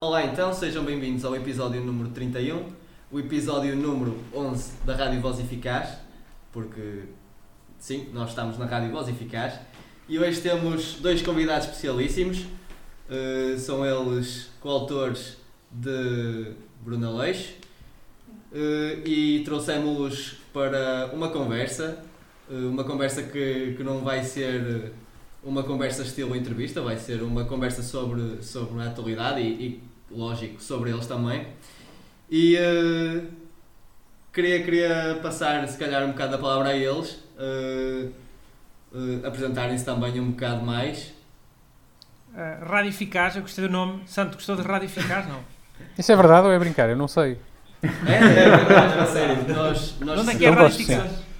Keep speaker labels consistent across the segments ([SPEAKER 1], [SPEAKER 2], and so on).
[SPEAKER 1] Olá então, sejam bem-vindos ao episódio número 31, o episódio número 11 da Rádio Voz Eficaz, porque sim, nós estamos na Rádio Voz Eficaz e hoje temos dois convidados especialíssimos, eh, são eles coautores de Bruna Leix eh, e trouxemos-los para uma conversa, eh, uma conversa que, que não vai ser eh, uma conversa estilo entrevista, vai ser uma conversa sobre, sobre a atualidade e, e, lógico, sobre eles também. E eh, queria, queria passar, se calhar, um bocado a palavra a eles, eh, eh, apresentarem-se também um bocado mais.
[SPEAKER 2] Uh, Rádio Eficaz, eu gostei do nome. Santo, gostou de Rádio Eficaz? Não.
[SPEAKER 3] Isso é verdade ou é brincar? Eu não sei.
[SPEAKER 1] É, é verdade, a sério, nós, nós
[SPEAKER 2] Onde é que é
[SPEAKER 3] eu
[SPEAKER 2] Rádio
[SPEAKER 3] gosto,
[SPEAKER 2] Ficção?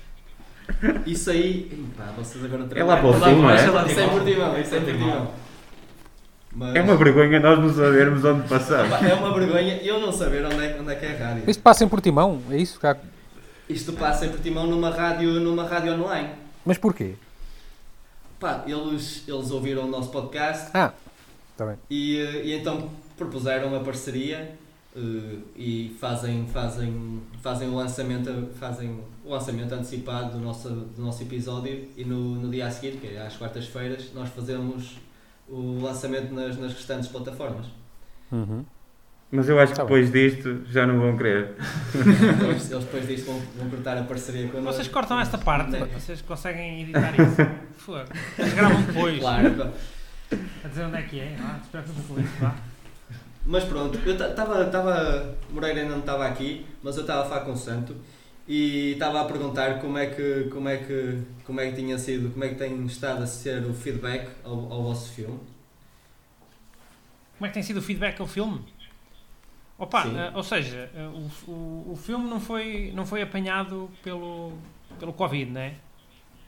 [SPEAKER 1] Isso aí. Ih, Pá, vocês agora
[SPEAKER 4] É lá para o
[SPEAKER 1] trabalham.
[SPEAKER 4] fim, não é?
[SPEAKER 1] lá- Isso é Portimão, isso é Portimão. Mas-
[SPEAKER 4] É uma vergonha nós não sabermos onde passamos.
[SPEAKER 1] É uma vergonha eu não saber onde é, onde é que é a rádio.
[SPEAKER 3] Isto passa em Portimão, é isso? Cá-
[SPEAKER 1] Isto passa em Portimão numa rádio, numa rádio online.
[SPEAKER 3] Mas porquê?
[SPEAKER 1] Pá, eles, eles ouviram o nosso podcast
[SPEAKER 3] Ah, está bem.
[SPEAKER 1] e, eh, e então propuseram uma parceria eh, e fazem, fazem, fazem, o lançamento, fazem o lançamento antecipado do nosso, do nosso episódio e no, no dia a seguir, que é às quartas-feiras, nós fazemos o lançamento nas, nas restantes plataformas.
[SPEAKER 3] Uhum.
[SPEAKER 4] Mas eu acho que
[SPEAKER 3] Tá
[SPEAKER 4] depois disto já não vão querer.
[SPEAKER 1] eles, eles depois disto vão, vão cortar a parceria com
[SPEAKER 2] Vocês cortam esta parte? Vocês conseguem editar isso? Fogo. Vocês gravam depois.
[SPEAKER 1] Claro, claro.
[SPEAKER 2] A dizer onde é que é. Ah, espero que não me lixo, vá.
[SPEAKER 1] Mas pronto, eu estava. Tava, Moreira ainda não estava aqui, mas eu estava a falar com o Santo e estava a perguntar como é que como é que como é que tinha sido como é que tem estado a ser o feedback ao, ao vosso filme
[SPEAKER 2] Como é que tem sido o feedback ao filme? Opa,
[SPEAKER 1] Sim.
[SPEAKER 2] ah, ou seja, ah, o, o, o filme não foi, não foi apanhado pelo, pelo Covid, né?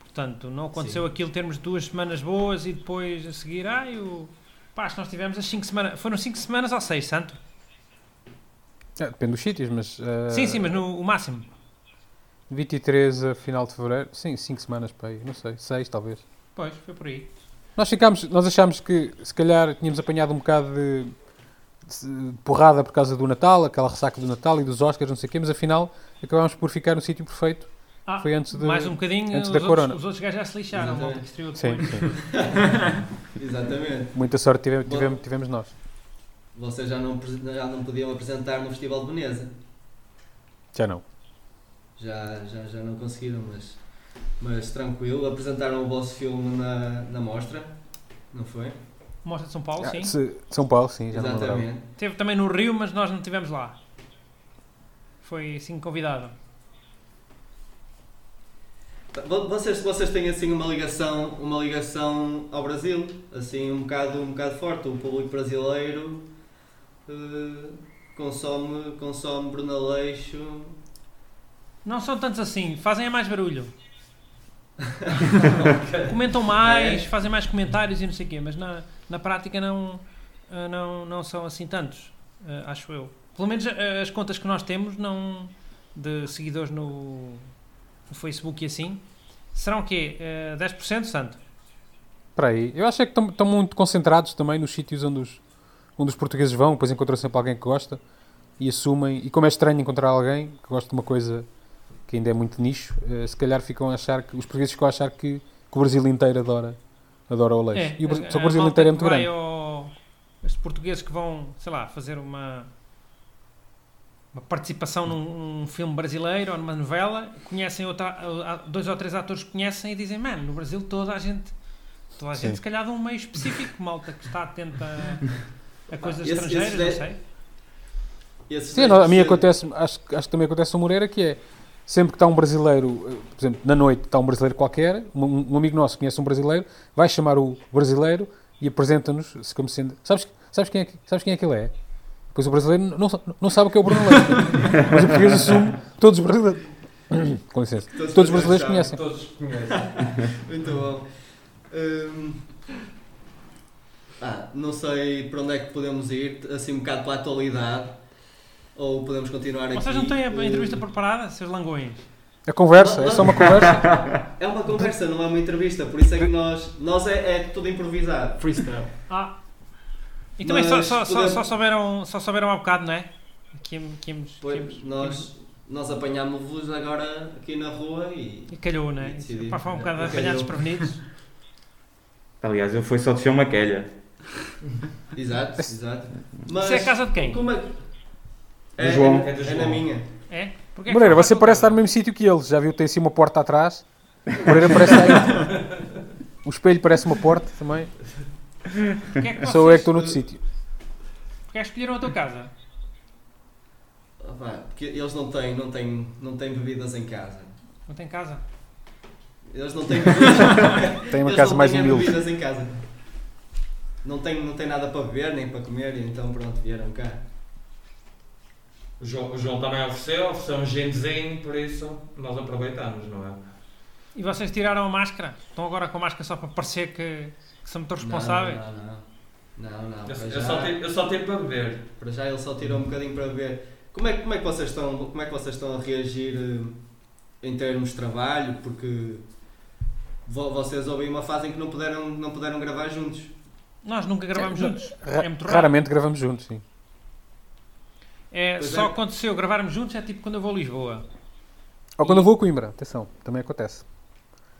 [SPEAKER 2] Portanto, não aconteceu
[SPEAKER 1] Sim.
[SPEAKER 2] aquilo termos duas semanas boas e depois a seguir, ai, o. Pá, acho que nós tivemos as 5 semanas. Foram 5 semanas ou 6, Santo?
[SPEAKER 3] Ah, depende dos sítios, mas.
[SPEAKER 1] Eh,
[SPEAKER 3] ah,
[SPEAKER 2] Sim, sim, mas no o máximo.
[SPEAKER 3] 23 a final de fevereiro. Sim, 5 semanas para aí. Não sei, 6 talvez.
[SPEAKER 2] Pois, foi por aí.
[SPEAKER 3] Nós ficámos, nós achámos que se calhar tínhamos apanhado um bocado de, de porrada por causa do Natal, aquela ressaca do Natal e dos Oscars, não sei o quê, mas afinal acabámos por ficar no sítio perfeito.
[SPEAKER 2] Ah,
[SPEAKER 3] Foi antes de.
[SPEAKER 2] mais um bocadinho, os,
[SPEAKER 3] antes da
[SPEAKER 2] outros,
[SPEAKER 3] corona.
[SPEAKER 2] os outros gajos já se lixaram,
[SPEAKER 1] Exatamente.
[SPEAKER 2] malta que estreou
[SPEAKER 3] Sim,
[SPEAKER 2] depois.
[SPEAKER 3] sim.
[SPEAKER 1] exatamente
[SPEAKER 3] Muita sorte tivemos, tivemos, tivemos nós.
[SPEAKER 1] vocês já não presen- já não podiam apresentar no festival de Veneza
[SPEAKER 3] Já não.
[SPEAKER 1] já já, já não conseguiram mas mas tranquilo apresentaram o vosso filme na, na mostra não foi
[SPEAKER 2] Mostra de São Paulo,
[SPEAKER 3] Ah,
[SPEAKER 2] sim.
[SPEAKER 3] se- São Paulo, sim, já não lembrava.
[SPEAKER 1] exatamente
[SPEAKER 2] Teve também no Rio, mas nós não estivemos lá. Foi assim convidado.
[SPEAKER 1] Tá, Vo- Vocês, vocês têm assim uma ligação, uma ligação ao Brasil, assim um bocado, um bocado forte. O público brasileiro eh, consome, consome Bruno Leixo.
[SPEAKER 2] Não são tantos assim, fazem é mais barulho. Comentam mais, fazem mais comentários e não sei o quê, mas na, na prática não, ah, não, não são assim tantos, ah, acho eu. Pelo menos ah, as contas que nós temos não de seguidores no, no Facebook e assim, serão o quê? Ah, 10% santo?
[SPEAKER 3] Para aí. Eu acho é que estão estão muito concentrados também nos sítios onde os, onde os portugueses vão, depois encontram sempre alguém que gosta e assumem. E como é estranho encontrar alguém que gosta de uma coisa que ainda é muito nicho, eh, se calhar ficam a achar que os portugueses ficam a achar que, que o Brasil inteiro adora, adora o leite. e o, Bra-
[SPEAKER 2] a-
[SPEAKER 3] só que o
[SPEAKER 2] a
[SPEAKER 3] Brasil
[SPEAKER 2] malta
[SPEAKER 3] inteiro é
[SPEAKER 2] que
[SPEAKER 3] muito
[SPEAKER 2] vai
[SPEAKER 3] grande.
[SPEAKER 2] ao- os portugueses que vão, sei lá, fazer uma, uma participação num, num filme brasileiro ou numa novela, conhecem outra, a- a- dois ou três atores que conhecem e dizem, mano, no Brasil toda a gente, toda a gente
[SPEAKER 3] Sim.
[SPEAKER 2] se calhar de um meio específico, malta que está atenta a, a coisas
[SPEAKER 1] esse- é
[SPEAKER 2] estrangeiras,
[SPEAKER 1] esse
[SPEAKER 2] não
[SPEAKER 1] daí-
[SPEAKER 2] sei.
[SPEAKER 1] Esses
[SPEAKER 3] Sim, não, a mim
[SPEAKER 1] 10%,
[SPEAKER 3] acontece, acho, que- acho que também acontece ao Moreira, que é sempre que está um brasileiro, eh, por exemplo, na noite está um brasileiro qualquer, um, um amigo nosso conhece um brasileiro, vai chamar o brasileiro e apresenta-nos se como sendo. Sabes, sabes, quem é, que- sabes quem é que ele é? Pois o brasileiro não, sa- não sabe o que é o Bruno Leite. mas o português assume todos os brasileiros. Com licença. Todos os brasileiros conhecem.
[SPEAKER 1] Todos conhecem.
[SPEAKER 3] é-
[SPEAKER 1] Muito bom. Hum, ah, não sei para onde é que podemos ir, assim um bocado pela atualidade. Ou podemos continuar aqui.
[SPEAKER 2] Vocês não têm a, a
[SPEAKER 1] eh,
[SPEAKER 2] entrevista preparada, seus langões?
[SPEAKER 3] A conversa, é só uma conversa.
[SPEAKER 1] É uma conversa, não é uma entrevista, por isso é que nós, nós é, é tudo improvisado.
[SPEAKER 5] Freestyle.
[SPEAKER 2] Ah. Então é só,
[SPEAKER 1] Mas
[SPEAKER 2] só, só,
[SPEAKER 1] podemos-
[SPEAKER 2] só, souberam, só souberam há bocado, não é? Que, que,
[SPEAKER 1] Pois, nós, nós apanhámos-vos agora aqui na rua e.
[SPEAKER 2] E calhou, não
[SPEAKER 1] E
[SPEAKER 2] é?
[SPEAKER 1] decidimos.
[SPEAKER 2] Pá, foi um bocado
[SPEAKER 1] Calhou.
[SPEAKER 2] apanhados desprevenidos.
[SPEAKER 4] Aliás, eu fui só deixar uma quelha.
[SPEAKER 1] Exato, exato. Mas.
[SPEAKER 2] Isso é a casa de quem?
[SPEAKER 1] Como é
[SPEAKER 4] Do João.
[SPEAKER 1] É, é na minha.
[SPEAKER 2] É? Porquê é que
[SPEAKER 3] Moreira,
[SPEAKER 2] foi
[SPEAKER 3] você
[SPEAKER 2] para
[SPEAKER 3] parece estar
[SPEAKER 2] a
[SPEAKER 3] no
[SPEAKER 2] tua
[SPEAKER 3] mesmo sítio que eles. Já viu, tem assim uma porta atrás. Moreira parece estar. O espelho parece uma porta também.
[SPEAKER 2] casa? Porquê é que
[SPEAKER 3] Só eu é que
[SPEAKER 2] vocês-
[SPEAKER 3] estou noutro sítio.
[SPEAKER 2] Porquê é que escolheram a tua casa?
[SPEAKER 1] Ah, pá, porque eles não têm, não, têm, não têm bebidas em casa.
[SPEAKER 2] Não tem casa?
[SPEAKER 1] Eles não têm bebidas.
[SPEAKER 3] Tem uma
[SPEAKER 1] Eles
[SPEAKER 3] casa
[SPEAKER 1] não
[SPEAKER 3] mais
[SPEAKER 1] têm
[SPEAKER 3] humilde.
[SPEAKER 1] bebidas em casa. Não tem, não tem nada para beber nem para comer, e então pronto, vieram cá.
[SPEAKER 5] O João, o João também ofereceu, ofereceu um genzinho, por isso nós aproveitamos, não é?
[SPEAKER 2] E vocês tiraram a máscara? Estão agora com a máscara só para parecer que, que são muito responsáveis?
[SPEAKER 1] Não, não, não. Não, não.
[SPEAKER 5] Eu,
[SPEAKER 1] Para,
[SPEAKER 5] eu
[SPEAKER 1] já,
[SPEAKER 5] só tive, eu só tive para beber.
[SPEAKER 1] para já ele só tirou um bocadinho para ver. Como é, que- como, é que vocês estão, como é que vocês estão a reagir eh, em termos de trabalho? Porque vo- vocês houve aí uma fase em que não puderam, não puderam gravar juntos.
[SPEAKER 2] Nós nunca gravámos juntos.
[SPEAKER 3] Ra-
[SPEAKER 2] É muito raro.
[SPEAKER 3] Raramente gravamos juntos, sim.
[SPEAKER 2] É,
[SPEAKER 1] Pois
[SPEAKER 2] só
[SPEAKER 1] é.
[SPEAKER 2] aconteceu gravarmos juntos, é tipo quando eu vou a Lisboa.
[SPEAKER 3] Ou quando eu vou a Coimbra, atenção, também acontece.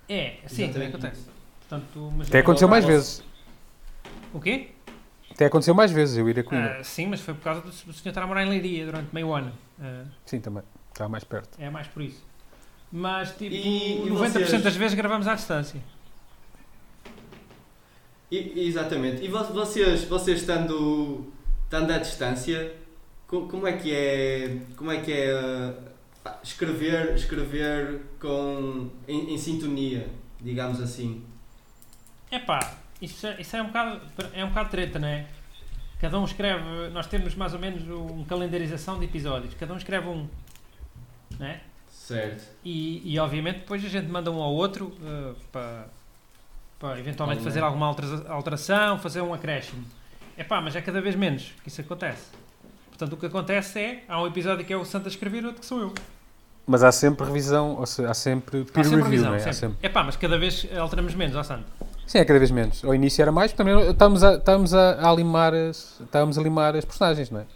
[SPEAKER 2] É, sim, também
[SPEAKER 1] Exatamente.
[SPEAKER 2] acontece. Portanto, mas-
[SPEAKER 3] Até aconteceu mais vezes.
[SPEAKER 2] O quê?
[SPEAKER 3] Até aconteceu mais vezes eu ir a Coimbra.
[SPEAKER 2] Ah, sim, mas foi por causa do, do senhor estar a morar em Leiria durante meio ano. Ah,
[SPEAKER 3] Sim, também. Está mais perto.
[SPEAKER 2] é mais por isso. Mas, tipo,
[SPEAKER 1] E- e
[SPEAKER 2] 90%
[SPEAKER 1] vocês?
[SPEAKER 2] das vezes gravamos à distância.
[SPEAKER 1] E- exatamente. E vo- vocês, vocês estando, estando à distância, co- como é que é, como é, que é ah, escrever, escrever com, em, em sintonia, digamos assim?
[SPEAKER 2] É pá, isso, é- isso é, um bocado, é um bocado treta, não é? Cada um escreve, nós temos mais ou menos uma calendarização de episódios, cada um escreve um, não é?
[SPEAKER 1] Certo.
[SPEAKER 2] E, e, obviamente depois a gente manda um ao outro eh, para, para eventualmente
[SPEAKER 3] Tá
[SPEAKER 1] Olha.
[SPEAKER 2] fazer alguma altera- alteração, fazer um acréscimo. É pá, mas é cada vez menos que isso acontece. Portanto, o que acontece é, há um episódio que é o Santo a escrever, outro que sou eu.
[SPEAKER 3] Mas há sempre revisão, ou seja, há sempre peer
[SPEAKER 2] Há sempre
[SPEAKER 3] review,
[SPEAKER 2] revisão,
[SPEAKER 3] não é? Há
[SPEAKER 2] sempre. É pá, mas cada vez alteramos menos, ó Santo.
[SPEAKER 3] Sim, é cada vez menos. Ao início era mais, também estávamos a, estávamos a, a limar as, estávamos a limar as personagens, não é?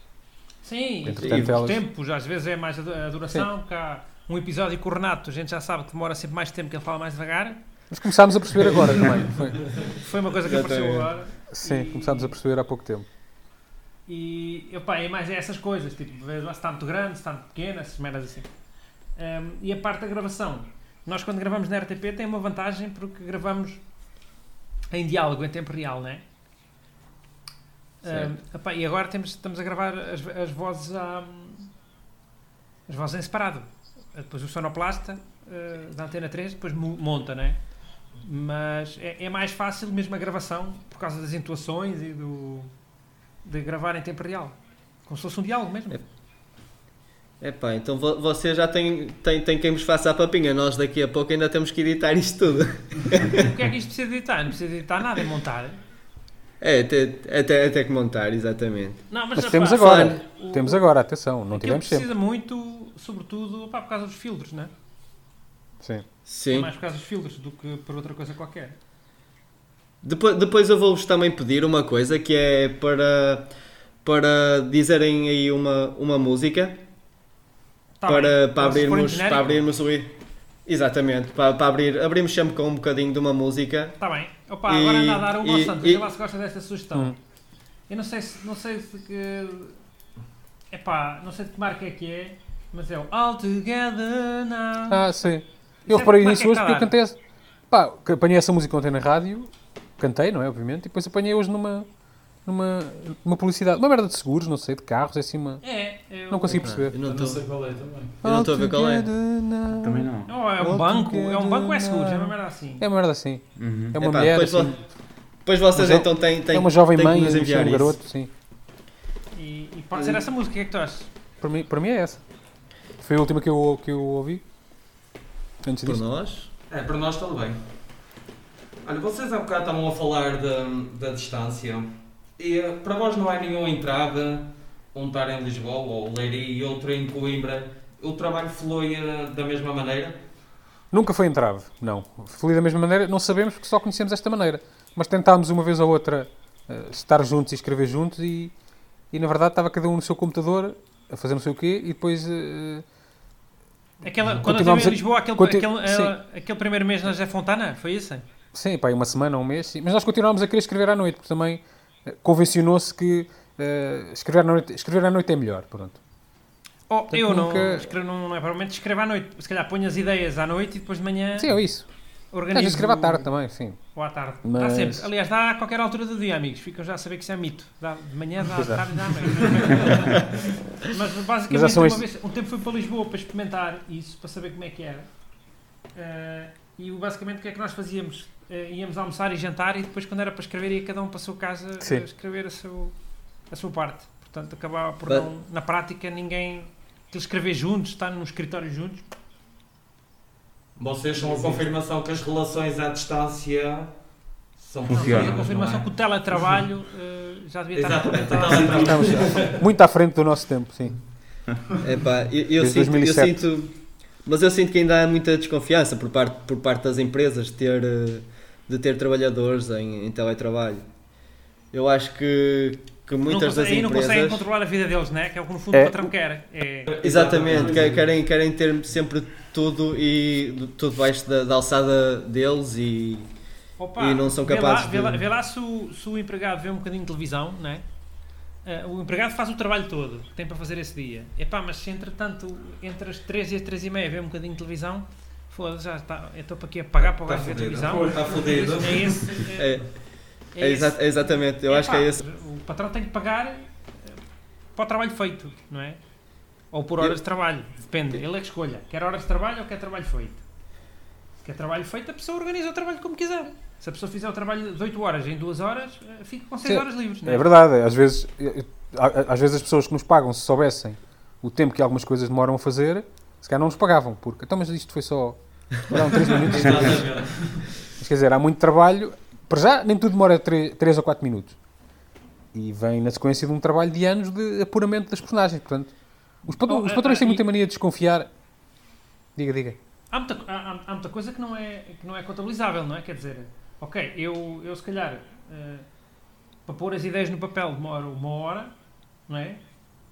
[SPEAKER 2] Sim, e
[SPEAKER 3] Entretanto,
[SPEAKER 2] os
[SPEAKER 3] elas-
[SPEAKER 2] tempos, às vezes é mais a du- a duração, que há um episódio com o Renato, a gente já sabe que demora sempre mais tempo que ele fala mais devagar.
[SPEAKER 3] Mas começámos a perceber agora também. Foi.
[SPEAKER 2] Foi uma coisa que apareceu
[SPEAKER 1] Exatamente.
[SPEAKER 2] agora.
[SPEAKER 3] Sim,
[SPEAKER 2] E-
[SPEAKER 3] começámos a perceber há pouco tempo.
[SPEAKER 2] E, epá, é mais essas coisas, tipo, vês lá se está muito grande, se está muito pequena, essas merdas assim. Ahm, e a parte da gravação. Nós, quando gravamos na RTP, tem uma vantagem porque gravamos em diálogo, em tempo real, não é? Ahm, epá, e agora temos, estamos a gravar as, as vozes à- as vozes em separado. Depois o sonoplasta ah, da antena 3, depois mo- monta, não é? Mas é, é mais fácil mesmo a gravação por causa das intuações e do de gravar em tempo real. Como se fosse um diálogo mesmo.
[SPEAKER 1] É. Epá, então vo- vocês já têm, têm, têm quem vos faça a papinha, nós daqui a pouco ainda temos que editar isto tudo.
[SPEAKER 2] O que é que isto precisa de editar? Não precisa de editar nada, é montar.
[SPEAKER 1] É, até, até, até que montar, exatamente.
[SPEAKER 2] Não, mas,
[SPEAKER 3] Mas
[SPEAKER 2] rapaz,
[SPEAKER 3] temos agora,
[SPEAKER 2] o-
[SPEAKER 3] temos agora, atenção, não
[SPEAKER 2] aquilo
[SPEAKER 3] tivemos sempre.
[SPEAKER 2] precisa muito, sobretudo, pá, por causa dos filtros, né?
[SPEAKER 3] Sim.
[SPEAKER 2] É
[SPEAKER 1] Sim.
[SPEAKER 2] mais por causa dos filtros do que por outra coisa qualquer.
[SPEAKER 1] Depois, depois eu vou-vos também pedir uma coisa que é para, para dizerem aí uma, uma música
[SPEAKER 2] Tá
[SPEAKER 1] para,
[SPEAKER 2] bem.
[SPEAKER 1] para,
[SPEAKER 2] Se for em
[SPEAKER 1] abrirmos,
[SPEAKER 2] genérico,
[SPEAKER 1] para abrirmos o. i- Exatamente, para, para abrir. Abrimos sempre com um bocadinho de uma música.
[SPEAKER 2] Tá bem. Opa, agora
[SPEAKER 1] E-
[SPEAKER 2] anda a dar uma ao
[SPEAKER 1] e-
[SPEAKER 2] Santos.
[SPEAKER 1] e-
[SPEAKER 2] Vê lá se gosta desta sugestão.
[SPEAKER 3] Hum.
[SPEAKER 2] Eu não sei se. Não sei se que. Epá, não sei de que marca é que é, mas é o All Together Now.
[SPEAKER 3] Ah, sim.
[SPEAKER 2] Isso
[SPEAKER 3] Eu
[SPEAKER 2] é
[SPEAKER 3] reparei
[SPEAKER 2] como é
[SPEAKER 3] nisso
[SPEAKER 2] que é
[SPEAKER 3] hoje porque eu
[SPEAKER 2] que
[SPEAKER 3] cantei. essa- Pá, que apanhei essa música ontem na rádio, cantei, não é? Obviamente, e depois apanhei hoje numa, numa, numa publicidade, uma merda de seguros, não sei, de carros, é assim uma.
[SPEAKER 2] É, eu...
[SPEAKER 3] Não consigo perceber.
[SPEAKER 1] Eu não estou
[SPEAKER 5] qual é também.
[SPEAKER 1] eu não estou a ver qual é.
[SPEAKER 4] Também não.
[SPEAKER 2] Não, é um
[SPEAKER 3] All
[SPEAKER 2] banco, é um
[SPEAKER 3] together
[SPEAKER 2] banco é seguro, é uma
[SPEAKER 3] now.
[SPEAKER 2] merda assim.
[SPEAKER 3] É uma merda assim.
[SPEAKER 4] Uhum.
[SPEAKER 3] É uma
[SPEAKER 1] Epá,
[SPEAKER 3] mulher,
[SPEAKER 1] depois vo-
[SPEAKER 3] assim,
[SPEAKER 1] Depois vocês
[SPEAKER 3] Mas é-
[SPEAKER 1] então têm, têm,
[SPEAKER 3] é uma jovem
[SPEAKER 1] têm que
[SPEAKER 3] mãe,
[SPEAKER 1] nos
[SPEAKER 3] assim,
[SPEAKER 1] enviar
[SPEAKER 3] um
[SPEAKER 1] isso.
[SPEAKER 3] garoto, sim.
[SPEAKER 2] E, e pode ser essa música, o que é que tu achas?
[SPEAKER 3] Para mim, para mim é essa. Foi a última que eu, que eu ouvi. Antes
[SPEAKER 1] Por
[SPEAKER 3] disso.
[SPEAKER 1] nós.
[SPEAKER 5] É, para nós também. Olha, vocês há bocado estavam a falar da, da distância e eh, para vós não há nenhuma entrada, um estar em Lisboa ou Leiria e outro em Coimbra, o trabalho flui eh, da mesma maneira?
[SPEAKER 3] Nunca foi entrave, não. Fui da mesma maneira, não sabemos porque só conhecemos esta maneira. Mas tentámos uma vez ou outra eh, estar juntos e escrever juntos e, e na verdade estava cada um no seu computador a fazer não sei o quê e depois eh,
[SPEAKER 2] Aquela, quando eu
[SPEAKER 3] Continuamos
[SPEAKER 2] estive em
[SPEAKER 3] a-
[SPEAKER 2] Lisboa, aquele,
[SPEAKER 3] conti-
[SPEAKER 2] aquele,
[SPEAKER 3] sim.
[SPEAKER 2] eh, aquele primeiro mês na José Fontana, foi isso?
[SPEAKER 3] Sim, pá, aí uma semana, um mês. sim. Mas nós continuámos a querer escrever à noite, porque também eh, convencionou-se que eh, escrever, à noite, escrever à noite é melhor. Pronto.
[SPEAKER 2] Oh,
[SPEAKER 3] Portanto,
[SPEAKER 2] eu não,
[SPEAKER 3] nunca-
[SPEAKER 2] escrevo, não, não é provavelmente escrevo à noite. Se calhar ponho as ideias à noite e depois de manhã
[SPEAKER 3] Sim, é isso. Às
[SPEAKER 2] organizo.
[SPEAKER 3] vezes escrevo à tarde também, sim.
[SPEAKER 2] Ou à tarde.
[SPEAKER 3] Mas-
[SPEAKER 2] Dá sempre. Aliás, dá a qualquer altura do dia, amigos. Ficam já a saber que isso é mito. Dá, de manhã, dá à
[SPEAKER 3] Pois é.
[SPEAKER 2] tarde, dá à noite. Mas basicamente,
[SPEAKER 3] Mas já são
[SPEAKER 2] uma
[SPEAKER 3] estes-
[SPEAKER 2] vez, um tempo fui para Lisboa para experimentar isso, para saber como é que era. Eh, e o- basicamente o que é que nós fazíamos? Eh, íamos almoçar e jantar e depois quando era para escrever ia cada um para a sua casa
[SPEAKER 3] Sim.
[SPEAKER 2] a escrever a, seu, a sua parte. Portanto, acabava por
[SPEAKER 1] Mas-
[SPEAKER 2] não, na prática ninguém que escrever juntos, estar num escritório juntos.
[SPEAKER 5] Vocês são a confirmação que as relações à distância são
[SPEAKER 4] Funciona.
[SPEAKER 2] E É a
[SPEAKER 5] possíveis,
[SPEAKER 2] confirmação que
[SPEAKER 5] não
[SPEAKER 2] o teletrabalho eh, já
[SPEAKER 5] é?
[SPEAKER 2] devia estar
[SPEAKER 5] Exatamente, então, está
[SPEAKER 3] Estamos muito à frente do nosso tempo, sim.
[SPEAKER 1] Epá, eu, eu
[SPEAKER 3] Desde
[SPEAKER 1] sinto, eu
[SPEAKER 3] 2007.
[SPEAKER 1] sinto- Mas eu sinto que ainda há muita desconfiança por parte, por parte das empresas de ter, eh, de ter trabalhadores em, em teletrabalho. Eu acho que, que muitas
[SPEAKER 2] não,
[SPEAKER 1] das
[SPEAKER 2] aí não conseguem
[SPEAKER 1] empresas.
[SPEAKER 2] controlar a vida deles, né? Que é o que no fundo
[SPEAKER 3] É.
[SPEAKER 2] o patrão quer. É,
[SPEAKER 1] Exatamente, que- querem, querem ter sempre tudo e do- tudo baixo da, da alçada deles e.
[SPEAKER 2] opa,
[SPEAKER 1] E não são
[SPEAKER 2] vê lá-
[SPEAKER 1] capazes
[SPEAKER 2] Vê
[SPEAKER 1] de-
[SPEAKER 2] lá, vê lá se, o, se o empregado vê um bocadinho de televisão, né? Ah, o empregado faz o trabalho todo que tem para fazer esse dia. Epá, mas se entretanto entre as 3 e as 3 e meia vê um bocadinho de televisão, foda-se, já está. Eu estou para aqui a pagar para o gajo ver televisão.
[SPEAKER 5] Está fodido.
[SPEAKER 2] É esse. É,
[SPEAKER 1] É,
[SPEAKER 2] é
[SPEAKER 1] é
[SPEAKER 2] esse.
[SPEAKER 1] exa- é exatamente, eu acho que
[SPEAKER 2] Epá,
[SPEAKER 1] é esse.
[SPEAKER 2] O patrão tem que pagar eh, para o trabalho feito, não é? Ou por horas de trabalho, depende. Ele é que escolha. Quer horas de trabalho ou quer trabalho feito? Se quer trabalho feito, a pessoa organiza o trabalho como quiser. Se a pessoa fizer o trabalho de 8 horas em 2 horas, eh, fica com 6
[SPEAKER 3] Sim,
[SPEAKER 2] horas livres, não é?
[SPEAKER 3] É verdade, às vezes, eh, a- a- às vezes as pessoas que nos pagam, se soubessem o tempo que algumas coisas demoram a fazer, se calhar não nos pagavam, porque então, mas isto foi só. Não, 3 minutos.
[SPEAKER 5] Exatamente.
[SPEAKER 3] Mas quer dizer, há muito trabalho. Para já, nem tudo demora 3, ou 4 minutos. E vem na sequência de um trabalho de anos de apuramento das personagens. Portanto, os, pat-
[SPEAKER 2] Oh,
[SPEAKER 3] os
[SPEAKER 2] ah,
[SPEAKER 3] patrões
[SPEAKER 2] ah,
[SPEAKER 3] têm
[SPEAKER 2] e-
[SPEAKER 3] muita mania de desconfiar. Diga, diga.
[SPEAKER 2] Há muita, há- há- há muita coisa que não, é, que não é contabilizável, não é? Quer dizer, ok, eu, eu se calhar eh, para pôr as ideias no papel demoro uma hora, não é?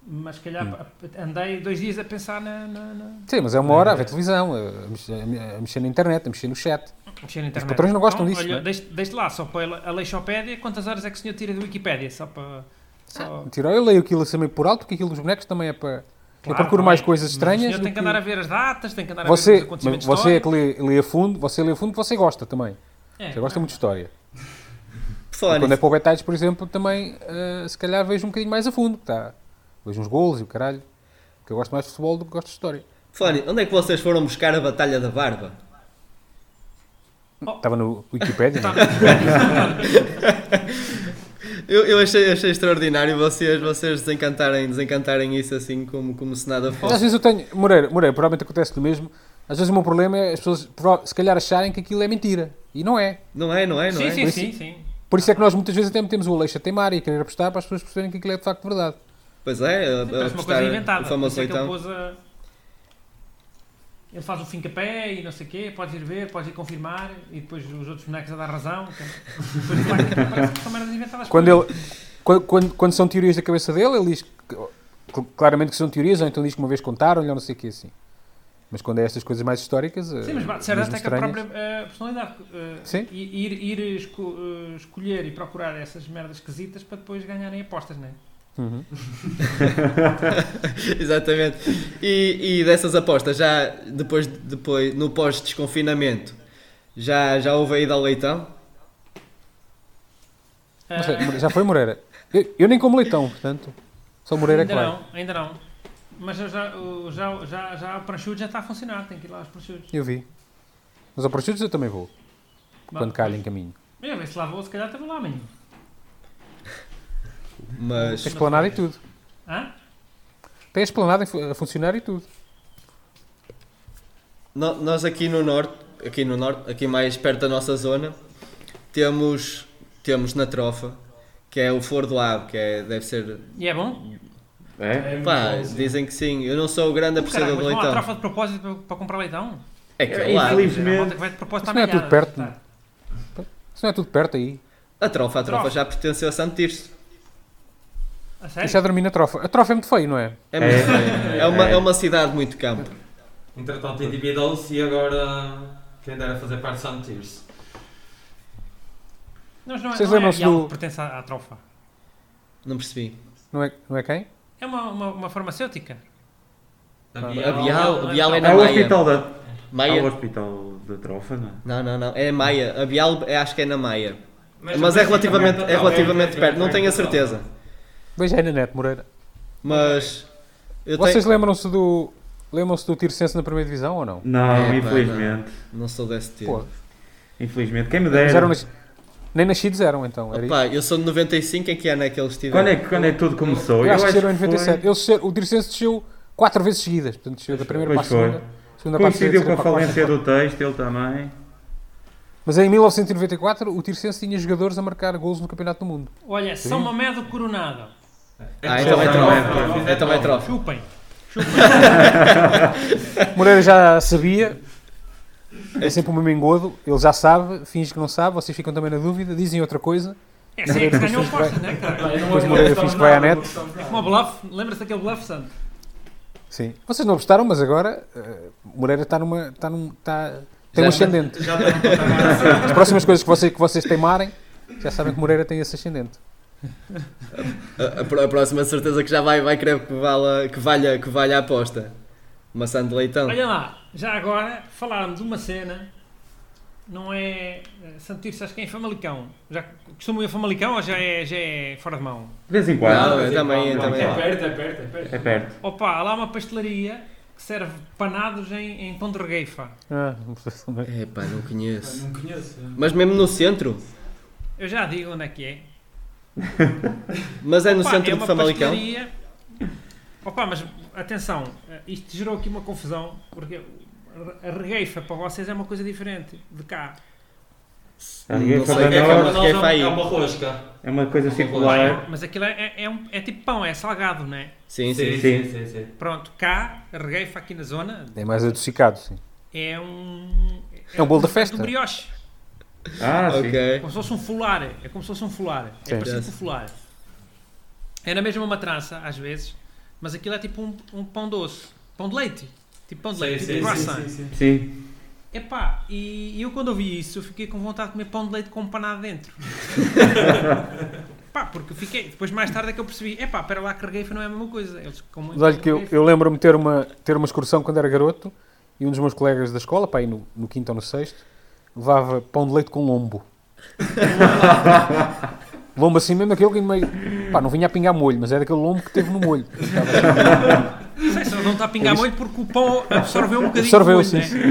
[SPEAKER 2] Mas se calhar pa-
[SPEAKER 1] Hum.
[SPEAKER 2] andei dois dias a pensar na- na- na,
[SPEAKER 3] Sim, mas é uma hora a ver televisão, a, a mex- a- a mexer na internet, a mexer no chat.
[SPEAKER 2] Mexer na internet. Então,
[SPEAKER 3] patrões não gostam disso, não
[SPEAKER 2] Olha,
[SPEAKER 3] é?
[SPEAKER 2] deixe, deixe lá, só para a Leixopédia, quantas horas é que o senhor tira do Wikipédia? Só para. Só...
[SPEAKER 3] Tirou, Ah, eu leio aquilo assim meio por alto, porque aquilo dos bonecos também é para. eu
[SPEAKER 2] Claro,
[SPEAKER 3] procuro
[SPEAKER 2] também.
[SPEAKER 3] mais coisas
[SPEAKER 2] Mas
[SPEAKER 3] estranhas.
[SPEAKER 2] O senhor
[SPEAKER 3] do
[SPEAKER 2] tem que
[SPEAKER 3] que-
[SPEAKER 2] andar a ver as datas, tem que andar a ver os
[SPEAKER 3] Você, mas
[SPEAKER 2] acontecimentos
[SPEAKER 3] você é que
[SPEAKER 2] históricos.
[SPEAKER 3] lê, lê a fundo, você lê a fundo, você gosta também.
[SPEAKER 2] É,
[SPEAKER 3] Você gosta muito de história.
[SPEAKER 1] Por
[SPEAKER 3] E
[SPEAKER 1] falar
[SPEAKER 3] quando é
[SPEAKER 1] nisso,
[SPEAKER 3] para o Betais, por exemplo, também eh, se calhar vejo um bocadinho mais a fundo. Tá? Vejo uns golos e o caralho. Porque eu gosto mais de futebol do que gosto de história.
[SPEAKER 1] por falar nisso, onde é que vocês foram buscar a Batalha da Barba?
[SPEAKER 3] Estava no Wikipédia,
[SPEAKER 2] Tá,
[SPEAKER 3] não é?
[SPEAKER 1] Eu, eu achei, achei extraordinário vocês, vocês desencantarem, desencantarem isso assim como, como se nada
[SPEAKER 3] Mas às
[SPEAKER 1] fosse.
[SPEAKER 3] vezes eu tenho. Moreira, Moreira provavelmente acontece do mesmo. Às vezes o meu problema é as pessoas, prova- se calhar, acharem que aquilo é mentira. E não é.
[SPEAKER 1] Não é, não é, não
[SPEAKER 2] Sim,
[SPEAKER 1] é?
[SPEAKER 2] sim, sim, sim.
[SPEAKER 3] Por isso é que nós muitas vezes até metemos o Aleixo a teimar e a querer apostar para as pessoas perceberem que aquilo é de facto verdade.
[SPEAKER 1] Pois é, a- a
[SPEAKER 2] Parece uma
[SPEAKER 1] apostar
[SPEAKER 2] coisa inventada.
[SPEAKER 1] o
[SPEAKER 2] Por isso
[SPEAKER 1] famoso
[SPEAKER 2] é que ele,
[SPEAKER 1] leitão.
[SPEAKER 2] pôs a... ele faz o fim pé e não sei o quê, podes ir ver, podes ir confirmar e depois os outros bonecos a dar razão. Depois de facto, parece que são merdas inventadas.
[SPEAKER 3] Quando, ele, quando, quando, quando são teorias da cabeça dele, ele diz que- cl- claramente que são teorias, ou então diz que uma vez contaram-lhe, ou não sei o que assim. Mas quando é estas coisas mais históricas. eh,
[SPEAKER 2] Sim, mas bate certo
[SPEAKER 3] mesmo
[SPEAKER 2] até que a
[SPEAKER 3] estranhas-
[SPEAKER 2] própria eh, personalidade. eh,
[SPEAKER 3] Sim.
[SPEAKER 2] e- Ir, ir esco- eh, escolher e procurar essas merdas esquisitas para depois ganharem apostas, não é?
[SPEAKER 3] Uhum.
[SPEAKER 1] Exatamente. E, e dessas apostas, já depois, depois no pós-desconfinamento, já, já houve a ida ao leitão?
[SPEAKER 3] Não
[SPEAKER 2] Ah,
[SPEAKER 3] sei, More- é, já foi Moreira. Eu, eu nem como leitão, portanto. Só Moreira é
[SPEAKER 2] ainda
[SPEAKER 3] claro.
[SPEAKER 2] não, ainda não. Mas eu já, o- já, já, já o pranchudo já está a funcionar, tem que ir lá aos pranchudos.
[SPEAKER 3] Eu vi. Mas ao Prostitutos eu também vou. Quando calho em caminho.
[SPEAKER 2] Eu ver se lá vou, se calhar também lá amanhã.
[SPEAKER 1] Mas
[SPEAKER 3] Tem esplanada e
[SPEAKER 2] é.
[SPEAKER 3] tudo.
[SPEAKER 2] Hã?
[SPEAKER 3] Tem a esplanada em fu- a funcionar e tudo.
[SPEAKER 1] no- nós aqui no norte, aqui no norte, aqui mais perto da nossa zona, temos, temos na trofa, que é o Flor do Ave, que é, deve ser
[SPEAKER 2] E é bom?
[SPEAKER 4] É?
[SPEAKER 6] muito
[SPEAKER 1] Pá,
[SPEAKER 6] bom, sim.
[SPEAKER 1] dizem que sim. Eu não sou o grande apreciador
[SPEAKER 2] Caralho, mas
[SPEAKER 1] de
[SPEAKER 2] vão à
[SPEAKER 1] leitão.
[SPEAKER 2] trofa de propósito para, para comprar leitão?
[SPEAKER 1] É que
[SPEAKER 4] É,
[SPEAKER 1] é lá.
[SPEAKER 4] infelizmente.
[SPEAKER 2] A malta que vai de propósito tá? à
[SPEAKER 3] Isso não é
[SPEAKER 2] milhada.
[SPEAKER 3] tudo perto, não. Isso não é tudo perto aí.
[SPEAKER 1] A trofa, a trofa
[SPEAKER 2] Trofa.
[SPEAKER 1] já pertenceu a Santo Tirso.
[SPEAKER 2] A
[SPEAKER 3] Eu
[SPEAKER 2] sério?
[SPEAKER 3] já dormi na trofa. A trofa é muito feio, não é?
[SPEAKER 1] É, muito
[SPEAKER 4] É.
[SPEAKER 1] feio. é, uma,
[SPEAKER 4] É.
[SPEAKER 1] é uma cidade muito campo.
[SPEAKER 5] Entretanto, endividou-se e agora quem dera fazer parte de Santo Tirso.
[SPEAKER 2] Não, mas não é,
[SPEAKER 3] Vocês
[SPEAKER 2] não é
[SPEAKER 3] lembram-se
[SPEAKER 2] real,
[SPEAKER 3] do-
[SPEAKER 2] pertence à, à trofa.
[SPEAKER 1] Não percebi.
[SPEAKER 3] Não é, não é quem?
[SPEAKER 2] É uma, uma, uma farmacêutica.
[SPEAKER 5] A
[SPEAKER 3] Ah,
[SPEAKER 1] A Bial, a
[SPEAKER 2] não é
[SPEAKER 1] Bial é
[SPEAKER 4] É
[SPEAKER 1] na
[SPEAKER 4] o
[SPEAKER 1] Maia.
[SPEAKER 4] hospital da. É o
[SPEAKER 1] Maia?
[SPEAKER 4] hospital da trofa, não é?
[SPEAKER 1] Não, não, não. É Maia. A Bial é- acho que é na Maia. Mas,
[SPEAKER 5] mas
[SPEAKER 1] é relativamente, é relativamente perto. Não tenho a certeza.
[SPEAKER 3] Veja aí na net, Moreira.
[SPEAKER 1] Mas... Eu
[SPEAKER 3] Vocês
[SPEAKER 1] tenho...
[SPEAKER 3] lembram-se do. Lembram-se do Tircense na primeira divisão ou não?
[SPEAKER 4] Não,
[SPEAKER 1] É, pá,
[SPEAKER 4] infelizmente.
[SPEAKER 1] Não sou desse
[SPEAKER 3] Pô,
[SPEAKER 1] tipo.
[SPEAKER 4] Infelizmente. Quem me
[SPEAKER 3] mas eram
[SPEAKER 4] dera.
[SPEAKER 3] nas- nem nascidos eram então. Era isso?
[SPEAKER 1] Opa, eu sou de 95, em que ano é que eles tiveram?
[SPEAKER 4] Quando é, que- quando é que tudo começou?
[SPEAKER 3] Eu acho que desceram em
[SPEAKER 4] que foi-
[SPEAKER 3] 97. Eles desceram- o Tircense desceu quatro vezes seguidas. Portanto, desceu da primeira para a
[SPEAKER 4] Pois foi.
[SPEAKER 3] segunda. segunda para a terceira,
[SPEAKER 4] Coincidiu
[SPEAKER 3] terceira
[SPEAKER 4] com a
[SPEAKER 3] para a quarta.
[SPEAKER 4] falência do texto, ele também.
[SPEAKER 3] Mas em 1994 o Tircense tinha jogadores a marcar golos no Campeonato do Mundo.
[SPEAKER 2] Olha, São Mamedo Coronado.
[SPEAKER 1] Ah, então é trofa. Então é trofa.
[SPEAKER 2] Chupem.
[SPEAKER 3] Moreira já sabia. É sempre o mesmo engodo. Ele já sabe, finge que não sabe, vocês ficam também na dúvida, dizem outra coisa.
[SPEAKER 2] É assim é que se ganhou força, não é, cara?
[SPEAKER 6] Eu não
[SPEAKER 3] Depois
[SPEAKER 6] acredito
[SPEAKER 3] Moreira
[SPEAKER 6] nada,
[SPEAKER 3] Fiz que vai à
[SPEAKER 6] não
[SPEAKER 3] net.
[SPEAKER 6] acredito nada.
[SPEAKER 2] Como o bluff, lembra-se daquele bluff, Santo?
[SPEAKER 3] Sim. Vocês não gostaram, mas agora eh, Moreira está numa. Está num, está, tem um
[SPEAKER 1] Já-
[SPEAKER 3] ascendente.
[SPEAKER 5] Já está no patamar assim.
[SPEAKER 3] As próximas coisas que, vocês que vocês teimarem, já sabem que Moreira tem esse ascendente.
[SPEAKER 1] A, a pró- a próxima certeza que já vai, vai querer que valha, que valha, que valha a aposta. Maçã de leitão.
[SPEAKER 2] Olha lá, já agora falaram de uma cena, não é. eh, Santo Tirso, acho que é em Famalicão. Já costuma ir a Famalicão ou já é, já é fora de mão?
[SPEAKER 4] De vez em
[SPEAKER 1] Não,
[SPEAKER 4] quando.
[SPEAKER 1] eu também, eu também.
[SPEAKER 6] É perto, é perto, é perto.
[SPEAKER 4] É perto.
[SPEAKER 2] Opa, há lá uma pastelaria que serve panados em, em pão de regueifa.
[SPEAKER 3] Ah,
[SPEAKER 1] Epá, É não
[SPEAKER 6] Pá,
[SPEAKER 1] conheço.
[SPEAKER 6] Não conheço.
[SPEAKER 1] Mas mesmo no centro?
[SPEAKER 2] Eu já digo onde é que é.
[SPEAKER 1] Mas é no
[SPEAKER 2] Opa,
[SPEAKER 1] centro
[SPEAKER 2] é
[SPEAKER 1] de
[SPEAKER 2] uma
[SPEAKER 1] Famalicão?
[SPEAKER 2] pastelaria. Opa, mas atenção, eh, isto gerou aqui uma confusão, porque a regueifa para vocês é uma coisa diferente de cá.
[SPEAKER 4] A Ah, ninguém
[SPEAKER 1] Não sei
[SPEAKER 4] fala
[SPEAKER 1] o que é que é
[SPEAKER 4] nada.
[SPEAKER 1] uma- que é feio.
[SPEAKER 5] É uma rosca.
[SPEAKER 4] É uma coisa circular.
[SPEAKER 2] Mas aquilo é, é- é um- é tipo pão, é salgado, não é?
[SPEAKER 1] Sim, sim.
[SPEAKER 5] sim,
[SPEAKER 4] sim.
[SPEAKER 5] sim. sim, sim.
[SPEAKER 2] Pronto, cá, a regueifa aqui na zona,
[SPEAKER 3] É mais adocicado, sim.
[SPEAKER 2] é um.
[SPEAKER 3] É um bolo da festa.
[SPEAKER 2] Um brioche.
[SPEAKER 4] Ah,
[SPEAKER 2] É
[SPEAKER 4] sim.
[SPEAKER 1] Ok.
[SPEAKER 2] como se fosse um fular. É como se fosse um fular. É
[SPEAKER 3] Sim.
[SPEAKER 2] parecido
[SPEAKER 1] Sim.
[SPEAKER 2] com o fular. É na mesma matraça, às vezes, mas aquilo é tipo um, um pão doce. Pão de leite. Tipo pão de
[SPEAKER 5] Sim,
[SPEAKER 2] leite.
[SPEAKER 5] sim,
[SPEAKER 2] tipo
[SPEAKER 5] sim,
[SPEAKER 2] croissant.
[SPEAKER 6] sim, sim.
[SPEAKER 4] Sim.
[SPEAKER 2] Epá, e eu quando ouvi isso, eu fiquei com vontade de comer pão de leite com panado dentro. Pá, porque eu fiquei. Depois, mais tarde, é que eu percebi. Epá, pera lá, carregueifa não é a mesma coisa. Eles comem.
[SPEAKER 3] Mas olha que eu,
[SPEAKER 2] regueifa.
[SPEAKER 3] eu lembro-me ter uma, ter uma excursão quando era garoto e um dos meus colegas da escola, pá, aí no, no quinto ou no sexto, levava pão de leite com lombo. lombo assim mesmo, aquele que meio. Pá, não vinha a pingar molho, mas era aquele lombo que teve no molho. assim,
[SPEAKER 2] Não sei se ele não está a pingar
[SPEAKER 3] É Isso.
[SPEAKER 2] muito porque o pão absorveu um bocadinho de
[SPEAKER 3] Absorveu,
[SPEAKER 2] molho,
[SPEAKER 3] sim,
[SPEAKER 2] né?
[SPEAKER 3] sim.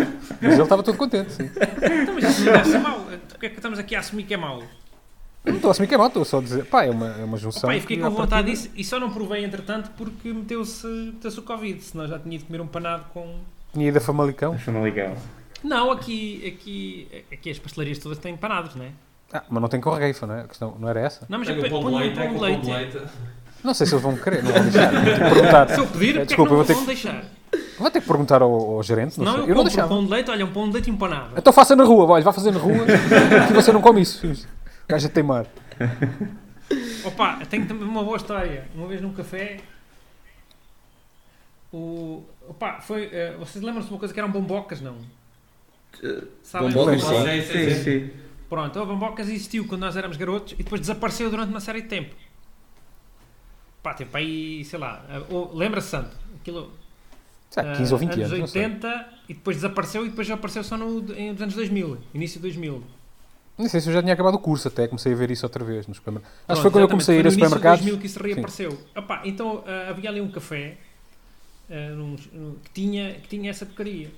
[SPEAKER 3] Mas ele estava todo contente, sim.
[SPEAKER 2] Então, mas isso não deve ser mau. Porquê é que estamos aqui a assumir que é mau?
[SPEAKER 3] Eu Não estou a assumir que é mal, estou só a dizer. Pá, é uma, é uma junção.
[SPEAKER 2] Opa, eu fiquei
[SPEAKER 3] que,
[SPEAKER 2] com
[SPEAKER 3] à
[SPEAKER 2] vontade
[SPEAKER 3] partida,
[SPEAKER 2] disso e só não provei, entretanto, porque meteu-se meteu o Covid, senão já tinha de comer um panado com...
[SPEAKER 3] Tinha ido a é Famalicão.
[SPEAKER 4] Acho É legal.
[SPEAKER 2] Não, aqui, aqui, aqui as pastelarias todas têm panados, não é?
[SPEAKER 3] Ah, mas não tem com regueifa, não é? A questão não era essa.
[SPEAKER 2] Não, mas
[SPEAKER 5] Pega
[SPEAKER 2] eu
[SPEAKER 5] o pão de
[SPEAKER 2] ponho um
[SPEAKER 5] leite, é
[SPEAKER 2] pão de
[SPEAKER 5] com o pão de
[SPEAKER 2] leite.
[SPEAKER 5] leite.
[SPEAKER 3] Não sei se eles vão querer, não vou deixar. Tenho que perguntar.
[SPEAKER 2] Se eu pedir, porque é que
[SPEAKER 3] Desculpa,
[SPEAKER 2] não
[SPEAKER 3] eu
[SPEAKER 2] me
[SPEAKER 3] vou ter
[SPEAKER 2] vão
[SPEAKER 3] que-
[SPEAKER 2] deixar?
[SPEAKER 3] Vou ter que perguntar ao, ao gerente, não,
[SPEAKER 2] Não,
[SPEAKER 3] sei.
[SPEAKER 2] eu,
[SPEAKER 3] Eu não
[SPEAKER 2] compro um
[SPEAKER 3] deixava.
[SPEAKER 2] pão de leite, olha, um pão de leite e um panado.
[SPEAKER 3] Então faça na rua, olha, vá fazer na rua que você não come isso. O gajo a teimar.
[SPEAKER 2] Opa, eu tenho também uma boa história. Uma vez num café... O... Opa, foi... eh, vocês lembram-se de uma coisa que eram bombocas, não? Sabem?
[SPEAKER 1] bombocas,
[SPEAKER 5] Ah, Sim,
[SPEAKER 1] Sim,
[SPEAKER 5] sim, sim.
[SPEAKER 2] Pronto, a Bambocas existiu quando nós éramos garotos e depois desapareceu durante uma série de tempo. Pá, teve para aí, sei lá, a- ou- lembra-se Santo, aquilo.
[SPEAKER 3] Sei lá,
[SPEAKER 2] ah,
[SPEAKER 3] 15 ou 20 anos.
[SPEAKER 2] anos.
[SPEAKER 3] não sei.
[SPEAKER 2] 80 e depois desapareceu e depois já apareceu só no, em- nos anos 2000, início de 2000.
[SPEAKER 3] Nem sei se eu já tinha acabado o curso até, comecei a ver isso outra vez nos supermercados. Acho
[SPEAKER 2] Pronto,
[SPEAKER 3] que foi quando eu
[SPEAKER 2] exatamente,
[SPEAKER 3] comecei a ir
[SPEAKER 2] foi
[SPEAKER 3] a
[SPEAKER 2] no início de
[SPEAKER 3] supermercados.
[SPEAKER 2] 2000 que isso reapareceu. Opá, então ah, havia ali um café ah, num- num- que, tinha, que tinha essa porcaria.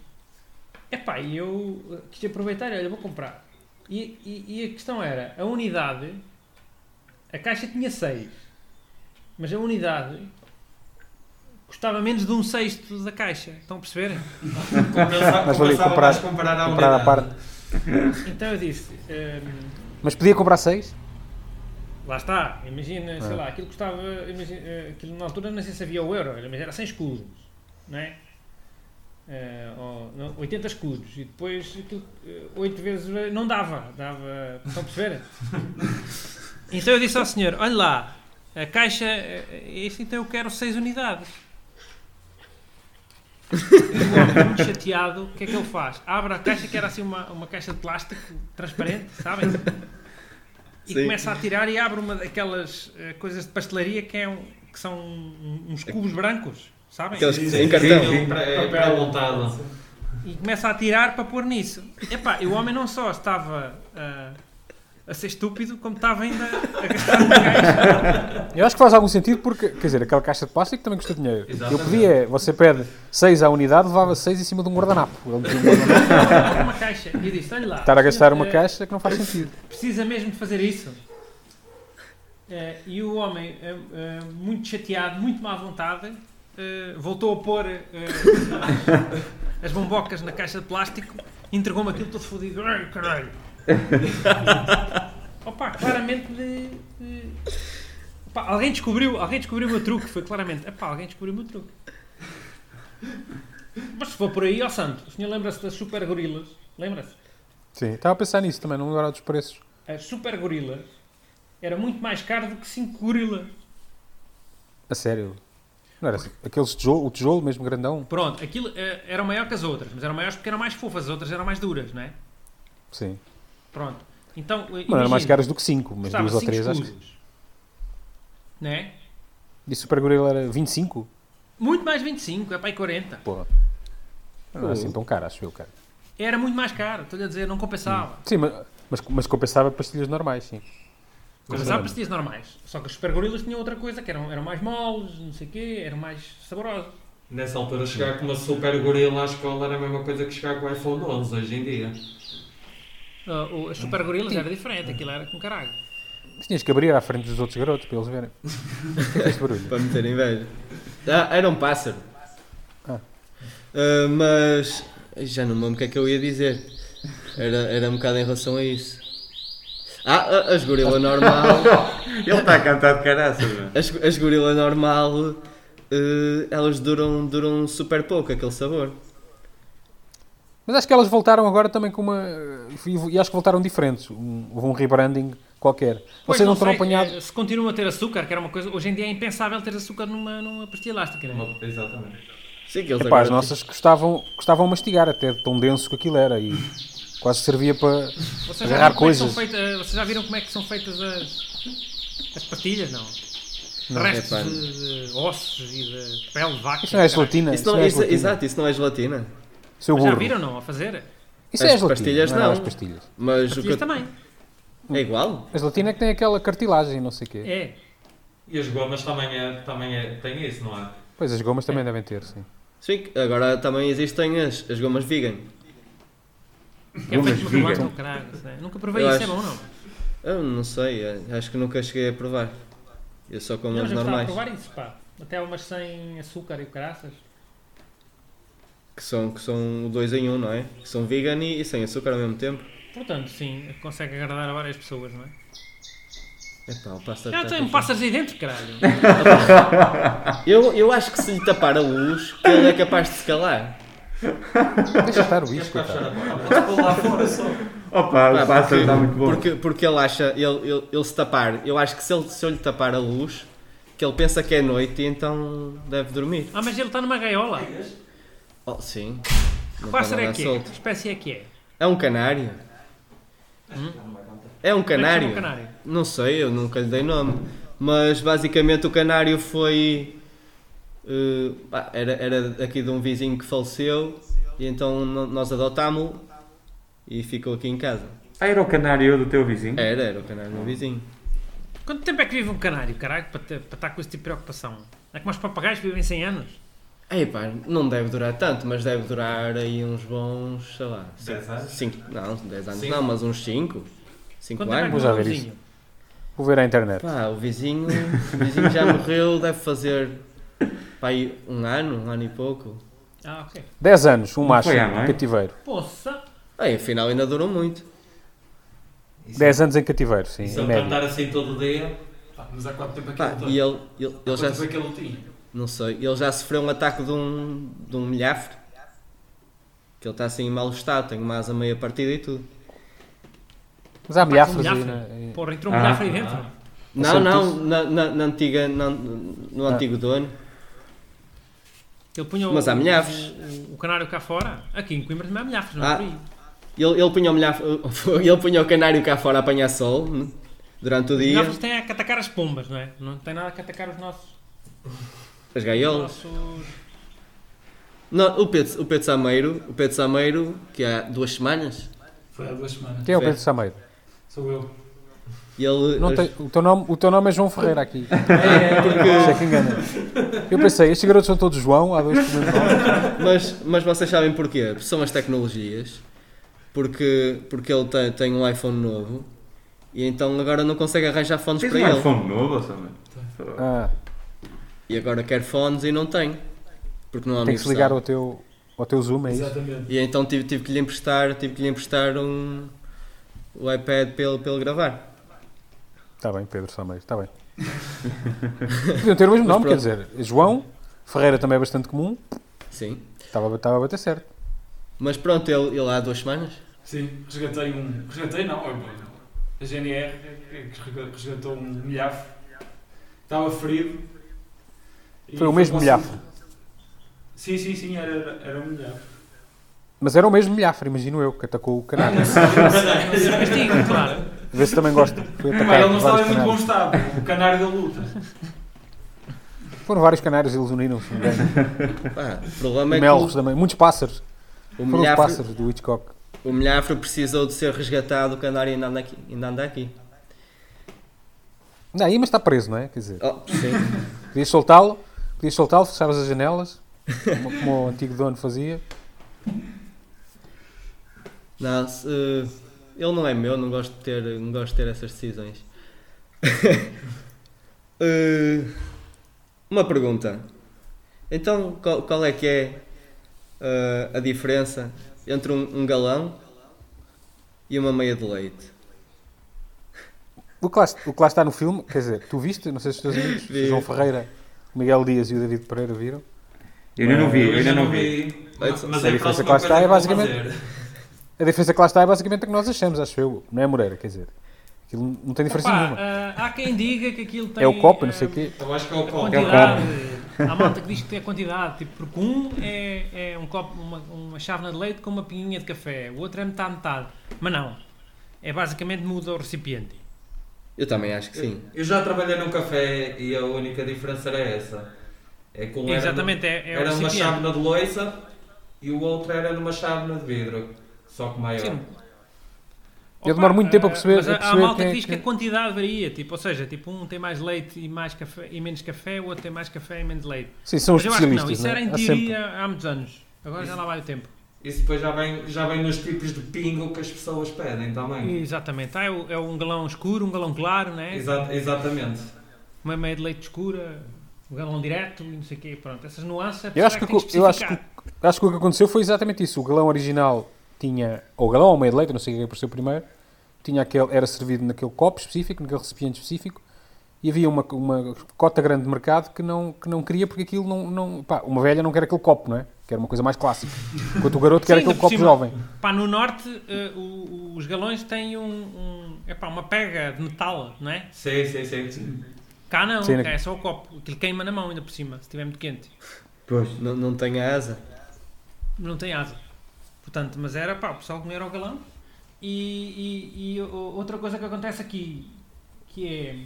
[SPEAKER 2] Epá, e eu ah, quis aproveitar, olha, vou comprar. E, e- e a questão era, a unidade, a caixa tinha 6, mas a unidade custava menos de um sexto da caixa. Estão a perceber?
[SPEAKER 5] Compensava-
[SPEAKER 3] Mas valeu,
[SPEAKER 5] compensava
[SPEAKER 3] comprar-
[SPEAKER 5] mais comprar à
[SPEAKER 3] comprar à
[SPEAKER 5] unidade.
[SPEAKER 3] parte.
[SPEAKER 2] Então eu disse, ehm,
[SPEAKER 3] Mas podia comprar 6?
[SPEAKER 2] Lá está, imagina, sei
[SPEAKER 3] Ah.
[SPEAKER 2] lá, aquilo custava, imagina, eh, aquilo na altura não sei se havia o euro, era- mas era 100 escudos, não é? Eh, ou, não, 80 escudos e depois aquilo 8 vezes eh, não dava, dava, estão a perceber? então eu disse ao senhor, olha lá, a caixa, eh, este então eu quero 6 unidades. O homem, muito chateado, o que é que ele faz? Abre a caixa que era assim uma, uma caixa de plástico transparente, sabem? E
[SPEAKER 1] Sim.
[SPEAKER 2] começa a tirar e abre uma daquelas eh, coisas de pastelaria que, é um- que são um- uns cubos brancos, sabem?
[SPEAKER 1] Aqueles que- em
[SPEAKER 4] Sim,
[SPEAKER 1] cartão.
[SPEAKER 4] sim.
[SPEAKER 5] montada.
[SPEAKER 2] E começa a tirar para pôr nisso. Epá, e o homem não só estava ah, a ser estúpido, como estava ainda a gastar uma caixa.
[SPEAKER 3] Eu acho que faz algum sentido porque, quer dizer, aquela caixa de plástico também custa dinheiro.
[SPEAKER 5] Exatamente.
[SPEAKER 3] Eu pedia, você pede 6 à unidade, levava 6 em cima de um guardanapo. Ele tinha um guardanapo.
[SPEAKER 2] uma caixa. E eu disse, olha lá.
[SPEAKER 3] Estar a gastar uma
[SPEAKER 2] eh,
[SPEAKER 3] caixa que não faz sentido.
[SPEAKER 2] precisa mesmo de fazer isso. Eh, e o homem, eh, eh, muito chateado, muito má vontade, eh, voltou a pôr eh, as bombocas na caixa de plástico, entregou-me aquilo todo fodido. Ai, caralho! Opa, claramente. de- de- Opa, alguém, descobriu, alguém descobriu o meu truque, foi claramente. Epá, alguém descobriu o meu truque. Mas se for por aí, ó santo, o senhor lembra-se das super gorilas? Lembra-se?
[SPEAKER 3] Sim, estava a pensar nisso também, não melhorar dos preços.
[SPEAKER 2] a Super Gorila era muito mais caro do que 5 Gorila.
[SPEAKER 3] A sério. Não era assim. Aqueles tijolo, o tijolo mesmo grandão?
[SPEAKER 2] Pronto, aquilo eh, era maior que as outras, mas eram maiores porque eram mais fofas, as outras eram mais duras, não é?
[SPEAKER 3] Sim.
[SPEAKER 2] Pronto. Então, eh,
[SPEAKER 3] Mas não eram mais
[SPEAKER 2] imagina,
[SPEAKER 3] caros do que 5, mas
[SPEAKER 2] custava
[SPEAKER 3] 2 ou
[SPEAKER 2] cinco
[SPEAKER 3] 3 acho que.
[SPEAKER 2] escudos, Não é?
[SPEAKER 3] E Super Gorilla era 25?
[SPEAKER 2] Muito mais 25, é para aí 40.
[SPEAKER 3] Pô. Não era assim tão caro, acho eu, cara.
[SPEAKER 2] Era muito mais caro, estou-lhe a dizer, não compensava.
[SPEAKER 3] Sim, mas, mas, mas compensava pastilhas normais, sim.
[SPEAKER 2] Compensava pastilhas normais. Só que os Super Gorilas tinham outra coisa, que eram, eram mais moles, não sei o quê, eram mais saborosos.
[SPEAKER 5] Nessa altura, chegar com uma super gorila à escola era a mesma coisa que chegar com o iPhone 11 hoje em dia.
[SPEAKER 2] Ah, o- as Super Gorilas era diferente, aquilo era com caralho.
[SPEAKER 3] Mas tinhas que abrir à frente dos outros garotos para eles verem. O que é que é este barulho?
[SPEAKER 1] Para meter inveja. Ah, era um pássaro.
[SPEAKER 3] Ah.
[SPEAKER 1] Ah, mas. Já não me lembro o que é que eu ia dizer. Era, era um bocado em relação a isso. Ah, a- as gorila normal.
[SPEAKER 4] Ele está a cantar de caraças, mano.
[SPEAKER 1] As, as gorila normal. eh, elas duram, duram super pouco aquele sabor.
[SPEAKER 3] Mas acho que elas voltaram agora também com uma. E e acho que voltaram diferentes. Um, houve um rebranding qualquer.
[SPEAKER 2] Pois,
[SPEAKER 3] Vocês não terão
[SPEAKER 2] sei,
[SPEAKER 3] apanhado.
[SPEAKER 2] eh, Se continuam a ter açúcar, que era uma coisa. Hoje em dia é impensável ter açúcar numa, numa pastilha elástica, né?
[SPEAKER 5] Uma- Exatamente.
[SPEAKER 1] Sim, aqueles
[SPEAKER 3] Epá, as
[SPEAKER 1] agora-
[SPEAKER 3] nossas gostavam, gostavam de mastigar, até de tão denso que aquilo era. E quase servia para.
[SPEAKER 2] Vocês já,
[SPEAKER 3] Agarrar
[SPEAKER 2] viram como é que são
[SPEAKER 3] coisas.
[SPEAKER 2] feita- vocês já viram como é que são feitas as, as pastilhas, não?
[SPEAKER 3] Não,
[SPEAKER 2] Restos
[SPEAKER 1] epá,
[SPEAKER 2] de, de ossos e de pele de vaca.
[SPEAKER 3] Isso não é
[SPEAKER 2] caralho.
[SPEAKER 3] gelatina.
[SPEAKER 1] Isso não,
[SPEAKER 3] é
[SPEAKER 1] isso,
[SPEAKER 3] gelatina.
[SPEAKER 1] exato, isso não é gelatina.
[SPEAKER 3] Seu
[SPEAKER 2] Mas já
[SPEAKER 3] burro.
[SPEAKER 2] viram, não? A fazer?
[SPEAKER 3] Isso
[SPEAKER 1] As
[SPEAKER 3] é gelatina.
[SPEAKER 1] pastilhas
[SPEAKER 3] eram
[SPEAKER 1] não.
[SPEAKER 3] As pastilhas.
[SPEAKER 1] Mas o que
[SPEAKER 2] Pastilhas
[SPEAKER 1] eu-
[SPEAKER 2] também.
[SPEAKER 1] é igual?
[SPEAKER 3] A gelatina é que tem aquela cartilagem, não sei o quê.
[SPEAKER 2] É.
[SPEAKER 5] E as gomas também, é, também é, têm isso, não é?
[SPEAKER 3] Pois as gomas também devem ter, sim.
[SPEAKER 1] Sim, agora também existem as, as gomas vegan.
[SPEAKER 2] Que é
[SPEAKER 4] Gomas
[SPEAKER 2] feito de
[SPEAKER 4] vegan.
[SPEAKER 2] macarrão, caralho. isso, né? Nunca provei
[SPEAKER 1] Eu
[SPEAKER 2] isso, é
[SPEAKER 1] acho-
[SPEAKER 2] bom, não?
[SPEAKER 1] Eu não sei, eh, acho que nunca cheguei a provar. Eu só como
[SPEAKER 2] Não,
[SPEAKER 1] as
[SPEAKER 2] já gostava
[SPEAKER 1] normais,
[SPEAKER 2] de provar isso, pá. Até umas sem açúcar e o caraças.
[SPEAKER 1] que são, que são o dois em um, não é? Que são vegan e, e sem açúcar ao mesmo tempo.
[SPEAKER 2] Portanto, sim, consegue agradar a várias pessoas, não é?
[SPEAKER 1] Epá, o pássaro
[SPEAKER 2] Já
[SPEAKER 1] tá
[SPEAKER 2] tem um
[SPEAKER 1] com
[SPEAKER 2] pássaros aí dentro, caralho.
[SPEAKER 1] fome. eu, eu acho que se lhe tapar a luz, que ele é capaz de se calar.
[SPEAKER 3] Deixa estar o
[SPEAKER 5] Queres
[SPEAKER 3] isco,
[SPEAKER 5] ficar
[SPEAKER 3] coitado.
[SPEAKER 5] fechado a porta? Podes pôr lá fora só.
[SPEAKER 4] Opa,
[SPEAKER 1] Pá,
[SPEAKER 4] o pássaro está muito bom.
[SPEAKER 1] Ah, Porque, porque ele acha, ele, ele, ele se tapar, eu acho que se, ele, se eu lhe tapar a luz, que ele pensa que é noite e então deve dormir.
[SPEAKER 2] Ah, mas ele está numa gaiola.
[SPEAKER 1] Oh, sim.
[SPEAKER 2] Que
[SPEAKER 1] Não
[SPEAKER 2] pássaro é
[SPEAKER 1] estava
[SPEAKER 2] que
[SPEAKER 1] nada
[SPEAKER 2] é? Que
[SPEAKER 1] solto.
[SPEAKER 2] espécie é que é?
[SPEAKER 1] É um canário. É um
[SPEAKER 2] Hum? Como é que
[SPEAKER 1] canário.
[SPEAKER 2] chama o canário?
[SPEAKER 1] Não sei, eu nunca lhe dei nome. Mas basicamente o canário foi. eh, pá, era, era aqui de um vizinho que faleceu e então no- nós adotámo-lo e ficou aqui em casa.
[SPEAKER 4] Ah, era o canário do teu vizinho?
[SPEAKER 1] Era, era o canário do vizinho.
[SPEAKER 2] Quanto tempo é que vive um canário, caralho, para, ter- para estar com esse tipo de preocupação? É como os papagaios vivem 100 anos?
[SPEAKER 1] Ei, pá, não deve durar tanto, mas deve durar aí uns bons, sei lá.
[SPEAKER 5] Dez
[SPEAKER 1] cinco-
[SPEAKER 5] anos?
[SPEAKER 1] cinco- não, 10 anos
[SPEAKER 5] Cinco.
[SPEAKER 1] não, mas uns 5. 5
[SPEAKER 2] Quanto tempo é
[SPEAKER 1] anos.
[SPEAKER 2] que
[SPEAKER 3] Vamos
[SPEAKER 2] vive
[SPEAKER 3] lá
[SPEAKER 2] um
[SPEAKER 3] ver
[SPEAKER 2] vizinho?
[SPEAKER 3] Vou ver à internet.
[SPEAKER 1] Pá, o vizinho, o vizinho já morreu, deve fazer pá, aí um ano, um ano e pouco.
[SPEAKER 2] Ah, ok.
[SPEAKER 3] 10 anos, um macho,
[SPEAKER 4] foi à mãe?
[SPEAKER 3] cativeiro.
[SPEAKER 2] Poça!
[SPEAKER 1] Bem, afinal ainda durou muito.
[SPEAKER 5] Isso-
[SPEAKER 3] 10 anos em cativeiro, sim,
[SPEAKER 5] Isso
[SPEAKER 1] é
[SPEAKER 3] em
[SPEAKER 5] a
[SPEAKER 1] um
[SPEAKER 3] média.
[SPEAKER 5] cantar assim todo o dia.
[SPEAKER 6] Pá, Mas há quanto tempo é que
[SPEAKER 1] Pá,
[SPEAKER 6] ele
[SPEAKER 1] e
[SPEAKER 6] tem? Há
[SPEAKER 1] ele, ele, ele já,
[SPEAKER 6] quanto tempo é que ele tinha?
[SPEAKER 1] não sei, ele já sofreu um ataque de um, de um milhafre. Que ele está assim em mau estado, tem uma asa meia partida e tudo.
[SPEAKER 3] Mas há milhafres
[SPEAKER 2] um milhafre.
[SPEAKER 3] aí, né?
[SPEAKER 2] Porra, entrou um
[SPEAKER 4] Ah,
[SPEAKER 2] milhafre aí dentro.
[SPEAKER 1] Não,
[SPEAKER 3] Acertou-se.
[SPEAKER 1] não, na, na, na antiga, na- no
[SPEAKER 3] Ah.
[SPEAKER 1] antigo dono.
[SPEAKER 2] Ele punha o-
[SPEAKER 1] Mas há milhafres.
[SPEAKER 2] O, o canário cá fora. Aqui em Coimbra também há milhafres, não é
[SPEAKER 1] Ah.
[SPEAKER 2] por aí.
[SPEAKER 1] Ele, ele, punha o milhafre, ele punha o canário cá fora a apanhar sol né, durante o
[SPEAKER 2] Os
[SPEAKER 1] dia.
[SPEAKER 2] milhafres têm a que atacar as pombas, não é? Não tem nada que atacar os nossos.
[SPEAKER 1] As
[SPEAKER 2] os
[SPEAKER 1] gaiolas.
[SPEAKER 2] nossos...
[SPEAKER 1] Não, o Pedro, o Pedro Sameiro, o Pedro Sameiro, que há duas semanas,
[SPEAKER 6] Foi há duas semanas.
[SPEAKER 3] Quem é o
[SPEAKER 1] Sim.
[SPEAKER 3] Pedro Sameiro?
[SPEAKER 6] Sou eu.
[SPEAKER 1] ele.
[SPEAKER 3] Não tem- o, teu nome, o teu nome é João Ferreira aqui.
[SPEAKER 1] É,
[SPEAKER 3] Isso é
[SPEAKER 1] porque,
[SPEAKER 3] que engana. Eu pensei, estes garotos são todos João, há dois que não são.
[SPEAKER 1] mas, mas vocês sabem porquê? São as tecnologias. Porque, porque ele tem, tem um iPhone novo e então agora não consegue arranjar fones
[SPEAKER 4] Tens
[SPEAKER 1] para
[SPEAKER 4] um
[SPEAKER 1] ele.
[SPEAKER 4] iPhone novo, ou seja,
[SPEAKER 3] Ah,
[SPEAKER 1] E agora quer fones e não tem. Porque não há
[SPEAKER 3] tem que se
[SPEAKER 1] universal.
[SPEAKER 3] ligar ao teu, ao teu Zoom, é isso?
[SPEAKER 6] Exatamente.
[SPEAKER 1] E então tive, tive que lhe emprestar, tive que lhe emprestar um o iPad para ele, para ele gravar.
[SPEAKER 3] Está Tá bem, Pedro Sameiro, está bem. Podiam ter o mesmo
[SPEAKER 1] Mas
[SPEAKER 3] nome, quer
[SPEAKER 1] pronto.
[SPEAKER 3] dizer, João Ferreira também é bastante comum,
[SPEAKER 1] Sim.
[SPEAKER 3] estava, estava a bater certo.
[SPEAKER 1] Mas pronto, ele, ele há duas semanas.
[SPEAKER 6] Sim, resgatei um. Resgatei não, eu, a GNR resga- resgatou um milhafo. Estava ferido. E
[SPEAKER 3] Foi o mesmo
[SPEAKER 6] para
[SPEAKER 3] milhafre.
[SPEAKER 6] Sim, sim, sim, era, era- era um milhafo.
[SPEAKER 3] Mas era o mesmo milhafre, imagino eu, que atacou o canal.
[SPEAKER 6] Não sei, não sei, não sei.
[SPEAKER 2] Mas tem, claro.
[SPEAKER 3] Vê se também gosta. Foi
[SPEAKER 6] Pá,
[SPEAKER 3] atacado
[SPEAKER 6] ele não
[SPEAKER 3] por
[SPEAKER 6] estava
[SPEAKER 3] vários
[SPEAKER 6] em muito bom
[SPEAKER 3] canários.
[SPEAKER 6] estado. O canário da luta.
[SPEAKER 3] Foram vários canários, eles uniram-se. não é?
[SPEAKER 1] Pá, o problema é
[SPEAKER 3] Melros
[SPEAKER 1] que
[SPEAKER 3] também, muitos pássaros.
[SPEAKER 1] o, o,
[SPEAKER 3] Foram os
[SPEAKER 1] milhafre,
[SPEAKER 3] pássaros do Hitchcock.
[SPEAKER 1] o milhafre precisou de ser resgatado, o canário ainda anda aqui. Ainda anda aqui.
[SPEAKER 3] Não, aí mas está preso, não é? Quer dizer,
[SPEAKER 1] Oh, sim.
[SPEAKER 3] podias soltá-lo, podias soltá-lo, fechavas as janelas, como, como o antigo dono fazia.
[SPEAKER 1] Não, se, ele não é meu, não gosto de ter, não gosto de ter essas decisões. Eh, uma pergunta. Então, qual, qual é que é eh, a diferença entre um, um galão e uma meia de leite?
[SPEAKER 3] O que, lá, o que lá está no filme, quer dizer, tu viste, não sei se os teus amigos,
[SPEAKER 1] Vi.
[SPEAKER 3] o João Ferreira, o Miguel Dias e o David Pereira viram.
[SPEAKER 4] Eu ainda não vi, eu ainda não vi.
[SPEAKER 1] Mas-
[SPEAKER 5] Mas,
[SPEAKER 1] mas
[SPEAKER 5] é
[SPEAKER 3] a
[SPEAKER 5] a
[SPEAKER 3] diferença
[SPEAKER 5] próxima
[SPEAKER 3] que lá está
[SPEAKER 5] coisa
[SPEAKER 3] é
[SPEAKER 5] que vou
[SPEAKER 3] basicamente-
[SPEAKER 5] fazer.
[SPEAKER 3] A diferença que lá está é basicamente a que nós achamos, acho eu, não é Moreira, quer dizer. Aquilo não tem diferença
[SPEAKER 2] Opa,
[SPEAKER 3] nenhuma.
[SPEAKER 2] ah, há quem diga que aquilo tem.
[SPEAKER 3] É o copo, não
[SPEAKER 2] ah,
[SPEAKER 3] sei o quê.
[SPEAKER 5] Eu acho que é
[SPEAKER 2] A
[SPEAKER 5] o copo.
[SPEAKER 4] É o
[SPEAKER 2] quantidade. eh, Há malta que diz que tem a quantidade. Tipo, porque um é, é um copo, uma, uma chávena de leite com uma pinguinha de café. O outro é metade, metade. Mas não. É basicamente muda o recipiente.
[SPEAKER 1] Eu também acho que sim.
[SPEAKER 5] Eu já trabalhei num café e a única diferença era essa. É que um era
[SPEAKER 2] Exatamente, é, é o
[SPEAKER 5] era numa
[SPEAKER 2] recipiente.
[SPEAKER 5] chávena de loiça e o outro era numa chávena de vidro, só que maior.
[SPEAKER 2] Sim.
[SPEAKER 3] Eu demoro muito tempo a perceber-
[SPEAKER 2] Mas há-
[SPEAKER 3] a
[SPEAKER 2] há
[SPEAKER 3] perceber
[SPEAKER 2] malta
[SPEAKER 3] quem
[SPEAKER 2] que
[SPEAKER 3] é
[SPEAKER 2] diz que
[SPEAKER 3] que-
[SPEAKER 2] a quantidade varia. Tipo, ou seja, tipo, um tem mais leite e, mais café, e menos café, o outro tem mais café e menos leite.
[SPEAKER 3] Sim, são os
[SPEAKER 2] mas eu acho que não.
[SPEAKER 3] especialistas,
[SPEAKER 2] Isso
[SPEAKER 3] não
[SPEAKER 2] era
[SPEAKER 3] é?
[SPEAKER 2] em
[SPEAKER 3] Há sempre.
[SPEAKER 2] teoria há muitos anos. Agora já lá vai o tempo.
[SPEAKER 5] Isso depois já vem, já vem nos tipos de pingo que as pessoas pedem
[SPEAKER 3] Hum.
[SPEAKER 5] também.
[SPEAKER 2] Exatamente. Ah, é, o- é um galão escuro, um galão claro, né?
[SPEAKER 5] Exa- exatamente.
[SPEAKER 2] Uma meia de leite escura, um galão direto e não sei o quê. Pronto, essas nuances é
[SPEAKER 3] Eu acho que,
[SPEAKER 2] tem
[SPEAKER 3] o- eu acho que, acho que o que aconteceu foi exatamente isso. O galão original tinha, ou o galão ao meio de leite, não sei quem apareceu primeiro, tinha aquele, era servido naquele copo específico, naquele recipiente específico, e havia uma, uma cota grande de mercado que não, que não queria porque aquilo não, não. Pá, uma velha não quer aquele copo, não é? Quer uma coisa mais clássica. Enquanto o garoto quer
[SPEAKER 2] Sim,
[SPEAKER 3] aquele
[SPEAKER 2] ainda por
[SPEAKER 3] copo
[SPEAKER 2] cima.
[SPEAKER 3] jovem.
[SPEAKER 2] Pá, no norte eh, o- o- os galões têm um, um- epá, uma pega de metal, não é?
[SPEAKER 5] Sim, sim, sim. sim.
[SPEAKER 2] Cá não,
[SPEAKER 3] Sim, né?
[SPEAKER 2] cá
[SPEAKER 3] na-
[SPEAKER 2] é só o copo. Aquilo queima na mão ainda por cima, se estiver muito quente.
[SPEAKER 4] Pois.
[SPEAKER 1] Não, não tem a asa.
[SPEAKER 2] Não tem asa. Portanto, mas era pá, o pessoal comer ao galão. E, e- e o- outra coisa que acontece aqui, que é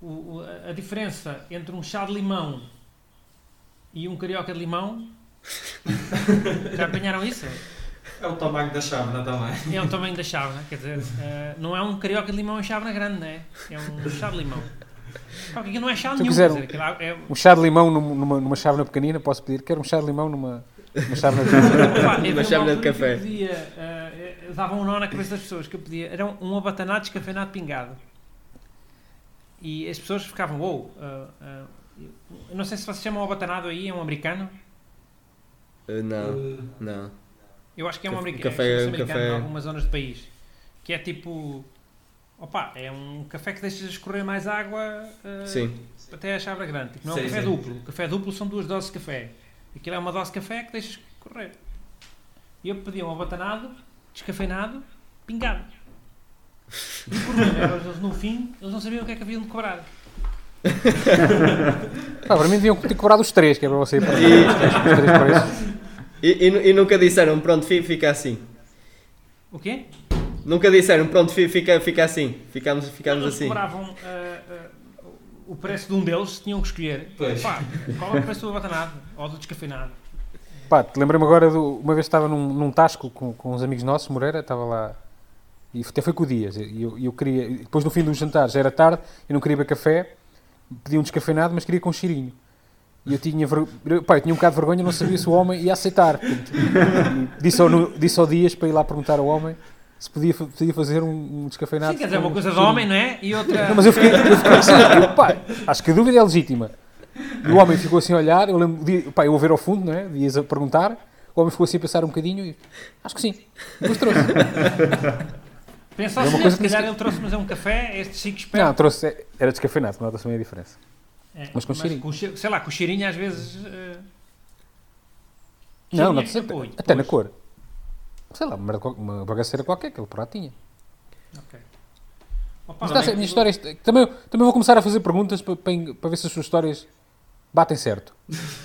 [SPEAKER 2] o- o- a- a diferença entre um chá de limão e um carioca de limão. Já apanharam isso?
[SPEAKER 5] É o tamanho da chávena também.
[SPEAKER 2] É o tamanho da chávena, quer dizer, eh, não é um carioca de limão, é um chávena grande, não é? É um chá de limão. Pá, porque aquilo não é chá
[SPEAKER 3] Se eu
[SPEAKER 2] nenhum,
[SPEAKER 3] quiser
[SPEAKER 2] quer
[SPEAKER 3] um-
[SPEAKER 2] dizer, aquilo é,
[SPEAKER 3] Um chá de limão num- numa, numa chávena pequenina, posso pedir. Quero um chá de limão numa, numa chávena pequenina.
[SPEAKER 2] Opa, havia
[SPEAKER 1] Uma chávena
[SPEAKER 2] altura
[SPEAKER 1] de
[SPEAKER 2] que eu
[SPEAKER 1] café.
[SPEAKER 2] Pedia, ah, eh, dava um nó na cabeça das pessoas que eu pedia. Era um abatanado descafeinado pingado. E as pessoas ficavam, uou. ah, ah, eu não sei se vocês chamam abatanado aí, é um americano.
[SPEAKER 1] Uh, não, não.
[SPEAKER 2] Eu acho que é um
[SPEAKER 1] Café-
[SPEAKER 2] americano.
[SPEAKER 1] café- um
[SPEAKER 2] chama-se é um americano
[SPEAKER 1] café-
[SPEAKER 2] em algumas zonas do país. que é tipo. Opa, é um café que deixas escorrer mais água eh,
[SPEAKER 1] Sim.
[SPEAKER 2] até a chave grande. Tipo, não é um
[SPEAKER 5] Sim,
[SPEAKER 2] café
[SPEAKER 5] sim.
[SPEAKER 2] duplo. Café duplo são duas doses de café. Aquilo é uma dose de café que deixas correr. E eu pedi um abatanado, descafeinado, pingado. E o problema era, eles no fim, eles não sabiam o que é que haviam de cobrar.
[SPEAKER 3] Pá, para mim deviam ter cobrado os três, que é para você. Para
[SPEAKER 1] E-
[SPEAKER 3] Os três preços.
[SPEAKER 1] E, e nu- e nunca disseram, pronto, fi- fica assim.
[SPEAKER 2] O quê?
[SPEAKER 1] Nunca disseram, pronto, fi- fica, fica assim. Ficamos, ficamos
[SPEAKER 2] eles
[SPEAKER 1] assim.
[SPEAKER 2] cobravam ah, ah, o preço de um deles, tinham que escolher.
[SPEAKER 5] Pois.
[SPEAKER 2] Pá, qual é o preço do abatanado ou do descafeinado?
[SPEAKER 3] Pá, te lembrei-me agora, do, uma vez estava num, num tasco com, com uns amigos nossos, Moreira, estava lá, e até foi com o Dias, e eu, e eu queria, e depois no fim dos jantares, já era tarde, eu não queria beber café, pedi um descafeinado, mas queria com cheirinho. E eu tinha, ver, pá, eu tinha um bocado de vergonha, não sabia se o homem ia aceitar. Portanto, disse, ao, Nu- disse ao Dias para ir lá perguntar ao homem se podia, fa- podia fazer um, um descafeinado.
[SPEAKER 2] Sim, quer dizer, é
[SPEAKER 3] com
[SPEAKER 2] uma coisa de
[SPEAKER 3] cheirinho.
[SPEAKER 2] homem, não é? E outra.
[SPEAKER 3] Não, mas eu fiquei, eu fiquei assim, eu, pá, acho que a dúvida é legítima. E o homem ficou assim a olhar, eu lembro, de- pá, eu a ver ao fundo, não é? Dias a perguntar, o homem ficou assim a pensar um bocadinho e acho que sim, depois trouxe.
[SPEAKER 2] Pensa
[SPEAKER 3] É uma
[SPEAKER 2] assim,
[SPEAKER 3] coisa
[SPEAKER 2] se
[SPEAKER 3] que
[SPEAKER 2] calhar
[SPEAKER 3] nem
[SPEAKER 2] ele trouxe, mas é um café, este chico espera.
[SPEAKER 3] Não, trouxe, é- era descafeinado, nota-se bem a diferença.
[SPEAKER 2] É,
[SPEAKER 3] mas com cheirinho.
[SPEAKER 2] che- sei lá, com cheirinho às vezes. eh,
[SPEAKER 3] Não,
[SPEAKER 2] cheirinho-
[SPEAKER 3] nota-se até,
[SPEAKER 2] Oi,
[SPEAKER 3] até na
[SPEAKER 2] pois.
[SPEAKER 3] cor. Sei lá, uma, merda qual- uma bagaceira qualquer que ele por lá tinha.
[SPEAKER 2] Opa, é
[SPEAKER 3] Mas tá está a ser-
[SPEAKER 2] bem,
[SPEAKER 3] minhas histórias, também, também vou começar a fazer perguntas para, para, en- para ver se as suas histórias batem certo.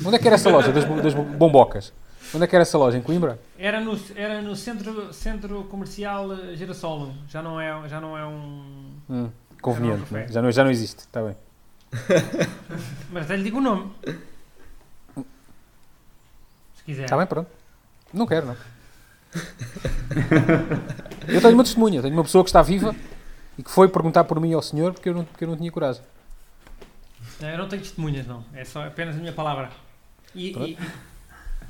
[SPEAKER 3] Onde é que era essa loja das, bo- das bombocas? Onde é que era essa loja? Em Coimbra?
[SPEAKER 2] Era no, era no centro, centro comercial eh, Girassol, já não é, já não é um.
[SPEAKER 3] Hum,
[SPEAKER 2] Era um
[SPEAKER 3] conveniente,
[SPEAKER 2] café.
[SPEAKER 3] né? já, não, já não existe, está bem.
[SPEAKER 2] Mas até lhe digo o nome. Se quiser.
[SPEAKER 3] Está Tá bem, pronto. Não quero, não. eu tenho uma testemunha, tenho uma pessoa que está viva e que foi perguntar por mim ao senhor porque eu não, porque eu não tinha coragem.
[SPEAKER 2] Não, eu não tenho testemunhas, não. É só apenas a minha palavra. E,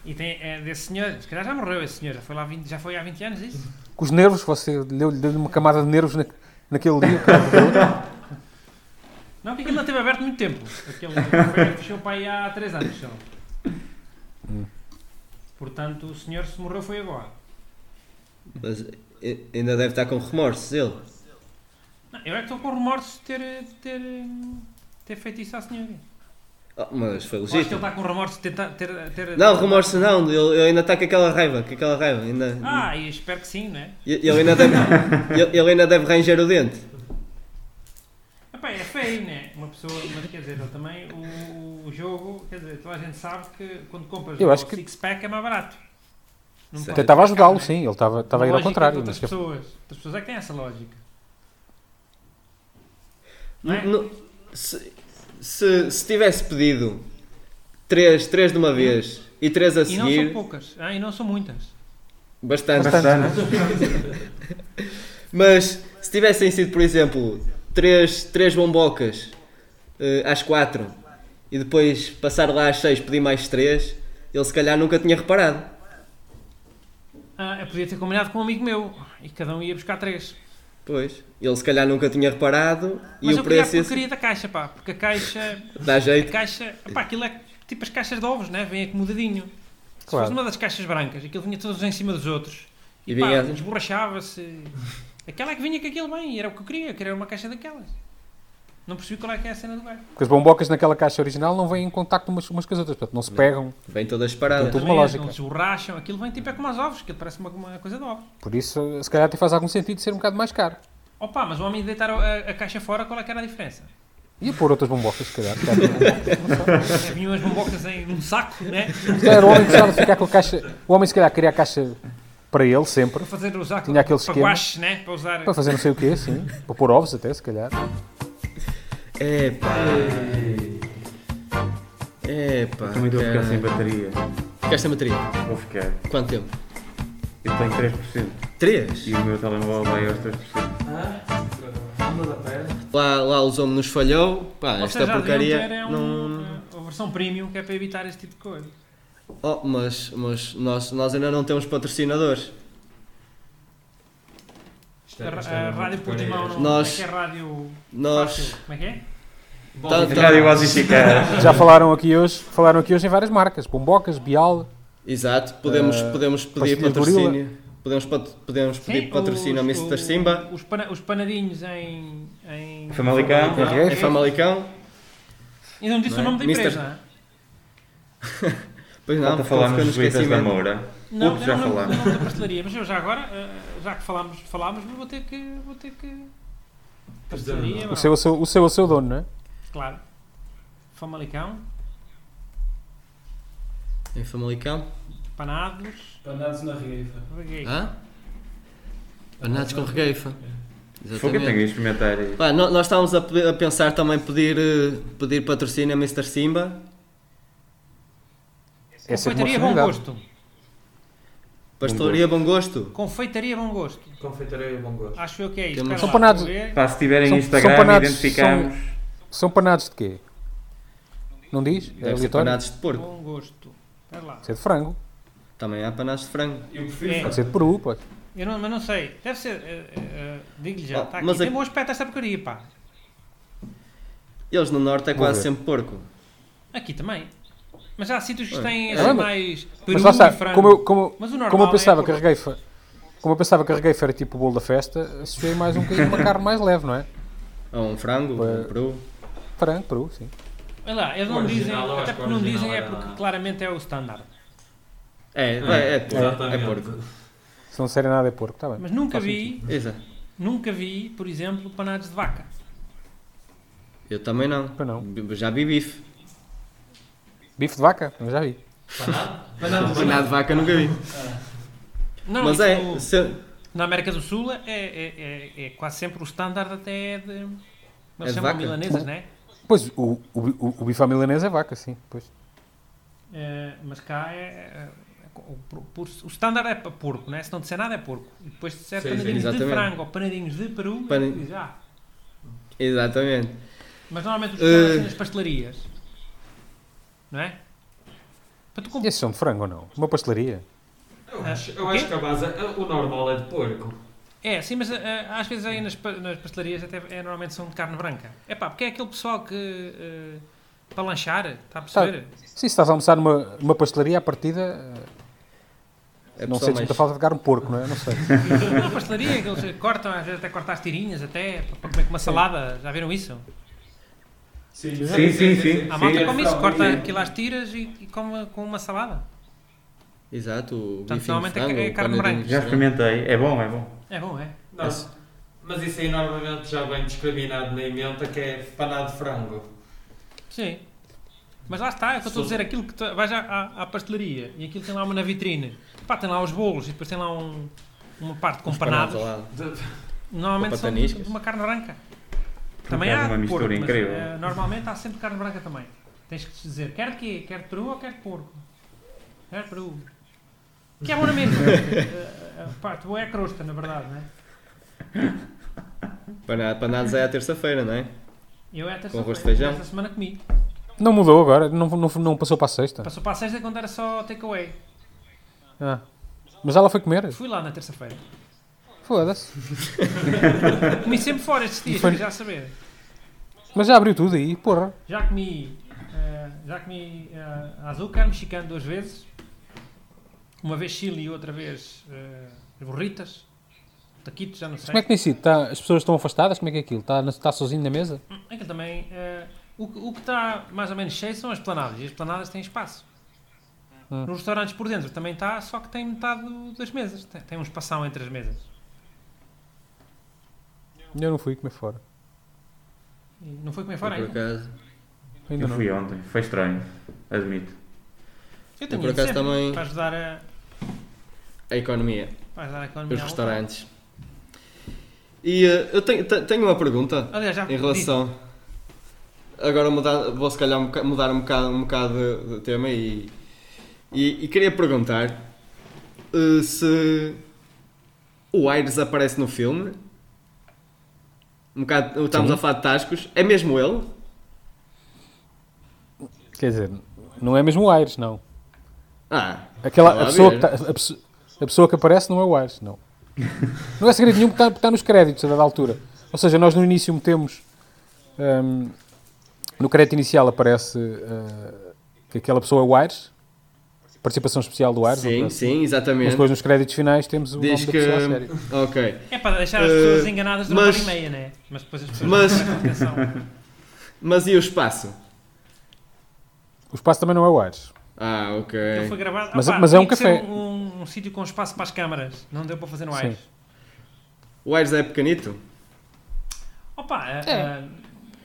[SPEAKER 2] e, e tem, é desse senhor, se calhar já morreu esse senhor, já foi, lá 20 já foi há 20 anos é isso?
[SPEAKER 3] Com os nervos, você deu-lhe deu-lhe uma camada de nervos na- naquele dia.
[SPEAKER 2] Não, porque aquilo não teve aberto muito tempo. Aquele café fechou para aí há 3 anos só.
[SPEAKER 3] Hum.
[SPEAKER 2] Portanto, o senhor se morreu foi agora.
[SPEAKER 1] Mas eh, ainda deve estar com remorsos, ele.
[SPEAKER 2] Não, eu é que estou com remorsos de ter, de ter, hum, ter feito isso à senhora.
[SPEAKER 1] Oh, mas foi
[SPEAKER 2] Eu Acho que ele
[SPEAKER 1] legítimo.
[SPEAKER 2] está com remorsos de tentar- ter, ter,
[SPEAKER 1] Não, remorso não, ele, ele ainda está com aquela raiva, com aquela raiva. Ainda,
[SPEAKER 2] Ah, e espero que sim, não é?
[SPEAKER 1] ele, ele ainda deve, ele, ele ainda deve ranger o dente.
[SPEAKER 2] Epá, é feio, né? Uma pessoa, mas quer dizer, ele também o, o jogo, quer dizer, toda a gente sabe que quando compras
[SPEAKER 3] Eu
[SPEAKER 2] o
[SPEAKER 3] acho que-
[SPEAKER 2] Six Pack é mais barato. Não
[SPEAKER 1] Certo.
[SPEAKER 2] pode
[SPEAKER 3] Tentava
[SPEAKER 2] ficar,
[SPEAKER 3] ajudá-lo,
[SPEAKER 2] né?
[SPEAKER 3] sim, ele estava estava a ir
[SPEAKER 2] Lógica
[SPEAKER 3] ao
[SPEAKER 2] de
[SPEAKER 3] contrário.
[SPEAKER 2] Outras
[SPEAKER 3] Mas que-
[SPEAKER 2] pessoas. Outras pessoas é que têm essa lógica. Não é?
[SPEAKER 1] No- se, se, se tivesse pedido três, três de uma vez e três a
[SPEAKER 2] Hum. E não são
[SPEAKER 1] seguir,
[SPEAKER 2] poucas, ah, e não são muitas.
[SPEAKER 1] bastante.
[SPEAKER 4] tá, Bastante.
[SPEAKER 1] Mas se tivessem sido, por exemplo, três, três bombocas eh, às quatro e depois passar lá às seis pedir mais três, ele se calhar nunca tinha reparado.
[SPEAKER 2] Ah, eu podia ter combinado com um amigo meu e cada um ia buscar três.
[SPEAKER 1] Pois, ele se calhar nunca tinha reparado e
[SPEAKER 2] Mas
[SPEAKER 1] o
[SPEAKER 2] eu queria a
[SPEAKER 1] preço ia-
[SPEAKER 2] porcaria da caixa, pá, porque a caixa.
[SPEAKER 1] dá
[SPEAKER 2] A
[SPEAKER 1] jeito.
[SPEAKER 2] caixa. Pá, aquilo é tipo as caixas de ovos, né? Vem acomodadinho. Se
[SPEAKER 3] Claro.
[SPEAKER 2] fosse uma das caixas brancas, aquilo vinha todos em cima dos outros. E,
[SPEAKER 1] E
[SPEAKER 2] pá,
[SPEAKER 1] vinha- assim.
[SPEAKER 2] desborrachava-se. Aquela é que vinha com aquilo bem, e era o que eu queria, eu queria uma caixa daquelas. Não percebi qual é que é a cena do gajo.
[SPEAKER 3] Porque as bombocas naquela caixa original não vêm em contacto umas, umas com as outras, portanto não se pegam.
[SPEAKER 1] Vem todas paradas.
[SPEAKER 3] Portanto,
[SPEAKER 4] Então
[SPEAKER 3] uma
[SPEAKER 2] Também
[SPEAKER 3] lógica.
[SPEAKER 2] Não desborracham, aquilo vem tipo é como as ovos, aquilo parece uma, uma coisa de ovos.
[SPEAKER 3] Por isso, se calhar até faz algum sentido ser um bocado mais caro.
[SPEAKER 2] Opa, mas o homem deitar a, a caixa fora, qual é que era a diferença?
[SPEAKER 3] Ia pôr outras bombocas, se calhar. se calhar não.
[SPEAKER 2] Vinham as bombocas em um saco, né?
[SPEAKER 3] Se calhar o homem gostava de ficar com a caixa. O homem, se calhar, queria a caixa para ele sempre.
[SPEAKER 2] Para fazer usar
[SPEAKER 3] Tinha aquele
[SPEAKER 2] para
[SPEAKER 3] esquema.
[SPEAKER 2] guache, né? Para usar.
[SPEAKER 3] Para fazer não sei o quê, sim. Para pôr ovos até, se calhar.
[SPEAKER 1] Epá. Epá.
[SPEAKER 4] Também estou a ficar
[SPEAKER 1] caralho.
[SPEAKER 4] sem bateria.
[SPEAKER 1] Ficaste a bateria.
[SPEAKER 4] Vou ficar.
[SPEAKER 1] Quanto tempo?
[SPEAKER 4] Eu tenho 3%
[SPEAKER 1] Três?
[SPEAKER 4] e o meu telemóvel vai aos 3%.
[SPEAKER 5] Ah, anda da perna.
[SPEAKER 1] Lá, lá o Zoom nos falhou. Pá,
[SPEAKER 2] Vocês
[SPEAKER 1] esta
[SPEAKER 2] já deviam ter,
[SPEAKER 1] porcaria.
[SPEAKER 2] é um,
[SPEAKER 1] Não...
[SPEAKER 2] eh, A versão premium que é para evitar este tipo de coisa.
[SPEAKER 1] Oh, mas mas nós, nós ainda não temos patrocinadores.
[SPEAKER 5] Isto
[SPEAKER 1] é
[SPEAKER 2] A,
[SPEAKER 5] isto
[SPEAKER 2] a
[SPEAKER 5] uma
[SPEAKER 2] Rádio
[SPEAKER 5] porcaria.
[SPEAKER 2] Portimão não
[SPEAKER 1] Nós-
[SPEAKER 2] como é que é rádio
[SPEAKER 1] Nós.
[SPEAKER 2] fácil. Como é que é?
[SPEAKER 5] Bom,
[SPEAKER 1] Tá-
[SPEAKER 5] então,
[SPEAKER 1] tá-
[SPEAKER 4] Rádio Ozichicar.
[SPEAKER 3] Já falaram aqui hoje, falaram aqui hoje em várias marcas. Bombocas, Bial,
[SPEAKER 1] Exato, podemos,
[SPEAKER 3] Eh,
[SPEAKER 1] podemos pedir
[SPEAKER 3] pastilhas
[SPEAKER 1] patrocínio. Podemos, pat- podemos pedir
[SPEAKER 2] Sim,
[SPEAKER 1] patrocínio ao
[SPEAKER 2] os-
[SPEAKER 1] Mr.
[SPEAKER 2] o-
[SPEAKER 1] Simba,
[SPEAKER 2] Os, pana- os panadinhos em. em
[SPEAKER 4] Famalicão.
[SPEAKER 2] Famalicão.
[SPEAKER 1] em Famalicão.
[SPEAKER 2] E não disse
[SPEAKER 1] Não é?
[SPEAKER 2] o nome da
[SPEAKER 1] Mr.
[SPEAKER 2] empresa.
[SPEAKER 1] Pois não,
[SPEAKER 4] Falta
[SPEAKER 1] porque
[SPEAKER 4] falarmos
[SPEAKER 1] ficou no
[SPEAKER 4] dos Beatles da
[SPEAKER 1] esquecimento.
[SPEAKER 4] Moura.
[SPEAKER 2] Não,
[SPEAKER 4] Pouco
[SPEAKER 2] eu
[SPEAKER 4] já
[SPEAKER 2] não lembro
[SPEAKER 4] falámos.
[SPEAKER 2] o nome da pastelaria, mas eu já agora, eh, já que falámos, falámos vou ter que. Vou ter que. Pastelaria,
[SPEAKER 3] O seu, é o, seu, o seu é o seu dono, não é?
[SPEAKER 2] claro. Famalicão,
[SPEAKER 1] Em Famalicão.
[SPEAKER 2] panados,
[SPEAKER 6] Panados na rifa.
[SPEAKER 2] reguei.
[SPEAKER 1] Hã? Panados com regueifa.
[SPEAKER 4] Fogo, eu tenho que experimentar aí.
[SPEAKER 1] Pá, no- nós estávamos a, pe- a pensar também pedir, eh, pedir patrocínio a Mr. Simba.
[SPEAKER 3] Essa é uma
[SPEAKER 2] Confeitaria bom
[SPEAKER 3] oportunidade.
[SPEAKER 2] gosto.
[SPEAKER 1] Pastelaria Bom Gosto.
[SPEAKER 2] Confeitaria é bom gosto.
[SPEAKER 5] Confeitaria bom gosto.
[SPEAKER 2] Acho eu que é isto.
[SPEAKER 1] Temos-
[SPEAKER 2] Espera
[SPEAKER 3] São
[SPEAKER 2] lá,
[SPEAKER 3] panados.
[SPEAKER 2] vou ver.
[SPEAKER 4] Pá, se tiverem
[SPEAKER 3] São- são
[SPEAKER 4] Instagram,
[SPEAKER 3] panados,
[SPEAKER 4] identificamos.
[SPEAKER 3] São panados de quê? Não diz? É
[SPEAKER 1] Deve ser
[SPEAKER 3] aleatório?
[SPEAKER 1] panados de porco.
[SPEAKER 2] Bom gosto. Espera lá.
[SPEAKER 3] Pode ser de frango,
[SPEAKER 1] Também há panados de frango.
[SPEAKER 6] Eu prefiro.
[SPEAKER 2] É.
[SPEAKER 3] pode ser de peru, pode.
[SPEAKER 2] Eu não, mas não sei. Deve ser. eh, eh, eh, Digo-lhe já.
[SPEAKER 1] Ah,
[SPEAKER 2] Está
[SPEAKER 1] mas
[SPEAKER 2] aqui. Tem
[SPEAKER 1] é-
[SPEAKER 2] bom aspecto esta porcaria, pá.
[SPEAKER 1] Eles no norte é
[SPEAKER 3] Vou
[SPEAKER 1] quase
[SPEAKER 3] ver.
[SPEAKER 1] sempre porco.
[SPEAKER 2] Aqui também. Mas há sítios que
[SPEAKER 1] Olha.
[SPEAKER 2] têm
[SPEAKER 3] É,
[SPEAKER 2] assim
[SPEAKER 3] mas-
[SPEAKER 2] mais peru
[SPEAKER 3] Mas lá
[SPEAKER 2] e
[SPEAKER 3] está,
[SPEAKER 2] frango.
[SPEAKER 3] como eu, como,
[SPEAKER 2] Mas o normal
[SPEAKER 3] como eu pensava
[SPEAKER 2] é
[SPEAKER 3] que a regueifa... Como eu pensava que a regueifa era tipo o bolo da festa, associei mais um bocadinho uma carne mais leve, não é?
[SPEAKER 1] Ou um frango,
[SPEAKER 3] Ué.
[SPEAKER 1] ou um peru.
[SPEAKER 3] Frango, peru, sim.
[SPEAKER 2] Olha lá, eles
[SPEAKER 5] O
[SPEAKER 2] não dizem,
[SPEAKER 5] original, eu
[SPEAKER 2] até
[SPEAKER 5] acho que o
[SPEAKER 2] porque não
[SPEAKER 5] original
[SPEAKER 2] dizem é
[SPEAKER 5] era-
[SPEAKER 2] porque claramente é o standard.
[SPEAKER 1] É,
[SPEAKER 2] Ah,
[SPEAKER 1] é, é porco. É
[SPEAKER 5] Exatamente.
[SPEAKER 1] porco.
[SPEAKER 3] Se não disserem nada é porco, está bem.
[SPEAKER 2] Mas nunca
[SPEAKER 3] Faz
[SPEAKER 2] vi,
[SPEAKER 1] Exato.
[SPEAKER 2] nunca vi, por exemplo, panados de vaca.
[SPEAKER 1] Eu também não.
[SPEAKER 3] Para não.
[SPEAKER 1] B- Já vi bife.
[SPEAKER 3] Bife de vaca? Não já vi.
[SPEAKER 5] Panado.
[SPEAKER 1] Panado de vaca nunca vi.
[SPEAKER 2] Não,
[SPEAKER 1] Mas
[SPEAKER 2] isso
[SPEAKER 1] é,
[SPEAKER 2] no-
[SPEAKER 1] se-
[SPEAKER 2] na América do Sul é, é- é- é quase sempre o standard até de...
[SPEAKER 1] É
[SPEAKER 2] Eles
[SPEAKER 1] de
[SPEAKER 2] chamam
[SPEAKER 1] vaca.
[SPEAKER 2] milanesas, não é?
[SPEAKER 3] Pois, o, o, o- o bife à milanesa é vaca, sim. Pois.
[SPEAKER 2] Eh, mas cá é... é- é co- o, por- por- o standard é para porco, não é? Se não disser nada é porco. E depois se disser
[SPEAKER 5] Sim, sim,
[SPEAKER 2] panadinhos de
[SPEAKER 1] exatamente.
[SPEAKER 2] frango ou panadinhos de peru,
[SPEAKER 1] Pana-
[SPEAKER 2] diz, ah.
[SPEAKER 1] exatamente.
[SPEAKER 2] Mas normalmente os
[SPEAKER 1] Eh.
[SPEAKER 2] standards são nas pastelarias. Não é? Para tu
[SPEAKER 3] E
[SPEAKER 2] comprar...
[SPEAKER 3] esses são de é um frango ou não? Uma pastelaria?
[SPEAKER 5] Eu acho, eu
[SPEAKER 2] Ah,
[SPEAKER 5] acho que a base, o normal é de porco.
[SPEAKER 2] É, sim, mas eh, às vezes aí nas, pa- nas pastelarias até é, normalmente são de carne branca. É pá, porque é aquele pessoal que eh, para lanchar, está a perceber?
[SPEAKER 3] Tá. Sim, se estás a almoçar numa, numa pastelaria, à partida,
[SPEAKER 1] É pessoal
[SPEAKER 3] não sentes
[SPEAKER 1] mais-
[SPEAKER 3] muita falta de carne de porco, não é? Não sei.
[SPEAKER 2] Na pastelaria que eles cortam, às vezes até cortam as tirinhas, até para comer com uma salada, já viram isso?
[SPEAKER 6] Sim,
[SPEAKER 4] Sim, sim, sim.
[SPEAKER 2] A
[SPEAKER 6] é
[SPEAKER 2] malta
[SPEAKER 6] de
[SPEAKER 2] come isso,
[SPEAKER 6] frango,
[SPEAKER 2] corta
[SPEAKER 6] é.
[SPEAKER 2] aquilo às tiras e, e come com uma salada.
[SPEAKER 1] Exato, o
[SPEAKER 2] Portanto,
[SPEAKER 1] bife de
[SPEAKER 2] normalmente é
[SPEAKER 1] frango,
[SPEAKER 2] que- é
[SPEAKER 1] o
[SPEAKER 2] carne
[SPEAKER 1] panadinho
[SPEAKER 2] branca.
[SPEAKER 1] de
[SPEAKER 4] Já
[SPEAKER 1] frango.
[SPEAKER 4] experimentei. É bom, é bom.
[SPEAKER 2] É bom, é?
[SPEAKER 5] Não, mas isso aí normalmente já vem discriminado na emenda que é panado de frango.
[SPEAKER 2] Sim. Mas lá está, é o que eu estou a dizer, aquilo que tu, vais à, à, à pastelaria e aquilo tem lá uma na vitrine, pá, tem lá uns bolos e depois tem lá um- uma parte com
[SPEAKER 1] Os panados
[SPEAKER 2] panados.
[SPEAKER 1] ao lado.
[SPEAKER 2] Normalmente
[SPEAKER 1] Ou
[SPEAKER 2] são de,
[SPEAKER 1] pataniscas.
[SPEAKER 2] de uma carne branca. Também
[SPEAKER 4] acaso,
[SPEAKER 2] há
[SPEAKER 4] uma
[SPEAKER 2] de
[SPEAKER 4] mistura
[SPEAKER 2] porco, mas,
[SPEAKER 4] incrível.
[SPEAKER 2] eh, normalmente há sempre carne branca também. Tens que dizer, quer de quê? Quer de peru ou quer de porco? Quer de peru. Que é bom na mesma. Eh, eh, Pá, tu é a crosta, na verdade, não é?
[SPEAKER 1] Pana- Panados é à terça-feira, não é?
[SPEAKER 2] Eu é a terça
[SPEAKER 1] Com arroz de feijão.
[SPEAKER 2] Esta semana comi.
[SPEAKER 3] Não mudou agora, não, não, não passou para a
[SPEAKER 1] É.
[SPEAKER 3] sexta.
[SPEAKER 2] Passou para a sexta quando era só takeaway.
[SPEAKER 3] Ah. Mas ela foi comer?
[SPEAKER 2] Fui lá na terça-feira.
[SPEAKER 3] Foda-se.
[SPEAKER 2] Comi sempre fora estes dias,
[SPEAKER 3] E foi-
[SPEAKER 2] já a saber.
[SPEAKER 3] Mas já abriu tudo aí, porra.
[SPEAKER 2] Já comi, eh, já comi eh, açúcar mexicano duas vezes. Uma vez chili e outra vez eh, burritas. Taquitos, já não sei.
[SPEAKER 3] Como é que tem sido? Tá- as pessoas estão afastadas? Como é que é aquilo? Está tá sozinho na mesa?
[SPEAKER 2] Aquilo também. eh, o, que- o que está mais ou menos cheio são as planadas. E as planadas têm espaço.
[SPEAKER 1] Ah.
[SPEAKER 3] Hum.
[SPEAKER 2] Nos restaurantes por dentro também está, só que tem metade do- das mesas. Tem, tem um espação entre as mesas.
[SPEAKER 3] Eu não fui comer fora.
[SPEAKER 2] E não foi comer
[SPEAKER 1] Por
[SPEAKER 2] fora ainda.
[SPEAKER 1] acaso.
[SPEAKER 3] Ainda
[SPEAKER 4] Eu
[SPEAKER 3] não.
[SPEAKER 4] fui ontem. Foi estranho. Admito.
[SPEAKER 2] Eu
[SPEAKER 1] Eu
[SPEAKER 2] tenho
[SPEAKER 1] por
[SPEAKER 2] ido
[SPEAKER 1] acaso
[SPEAKER 2] sempre
[SPEAKER 1] também-
[SPEAKER 2] para ajudar a,
[SPEAKER 1] A economia.
[SPEAKER 2] para ajudar a economia.
[SPEAKER 1] Os
[SPEAKER 2] a voltar.
[SPEAKER 1] restaurantes. E eh, eu tenho, te- tenho uma pergunta
[SPEAKER 2] Aliás, já
[SPEAKER 1] em relação. Agora mudar, vou se calhar um boca- mudar um bocado, um bocado de, de tema e, e, e queria perguntar eh, se o Aires aparece no filme. Um bocado, estamos
[SPEAKER 3] Sim.
[SPEAKER 1] a falar de Tascos. É mesmo ele?
[SPEAKER 3] Quer dizer, não é mesmo o Aires, não.
[SPEAKER 1] Ah,
[SPEAKER 3] Aquela,
[SPEAKER 1] Vai
[SPEAKER 3] a,
[SPEAKER 1] lá
[SPEAKER 3] pessoa que
[SPEAKER 1] ver.
[SPEAKER 3] tá- a, pessoa- a pessoa que aparece não é o Aires, não. Não é segredo nenhum que está nos créditos a dada altura. Ou seja, nós no início metemos. hum, eh, no crédito inicial aparece ah, que aquela pessoa é o Aires. participação especial do Ares.
[SPEAKER 1] Sim,
[SPEAKER 3] portanto.
[SPEAKER 1] sim,
[SPEAKER 3] Mas
[SPEAKER 1] exatamente.
[SPEAKER 3] depois nos créditos finais temos o
[SPEAKER 1] Diz
[SPEAKER 3] nome da
[SPEAKER 1] que-
[SPEAKER 3] pessoa a sério.
[SPEAKER 1] Ok.
[SPEAKER 2] É para deixar as
[SPEAKER 1] Eh,
[SPEAKER 2] pessoas enganadas durante
[SPEAKER 1] mas-
[SPEAKER 2] uma hora e meia, né? Mas depois as pessoas
[SPEAKER 1] Mas-
[SPEAKER 2] não têm atenção. Então
[SPEAKER 1] Mas e o espaço?
[SPEAKER 3] O espaço também não é o Ares.
[SPEAKER 1] Ah, ok.
[SPEAKER 2] Ele Então foi gravado.
[SPEAKER 3] Mas-
[SPEAKER 2] Opá,
[SPEAKER 3] mas é um
[SPEAKER 2] tinha que
[SPEAKER 3] café.
[SPEAKER 2] ser Um, um- um sítio com espaço para as câmaras. Não deu para fazer no
[SPEAKER 3] Sim.
[SPEAKER 2] Aires.
[SPEAKER 1] O Aires é pequenito?
[SPEAKER 2] Opa, é.
[SPEAKER 3] É.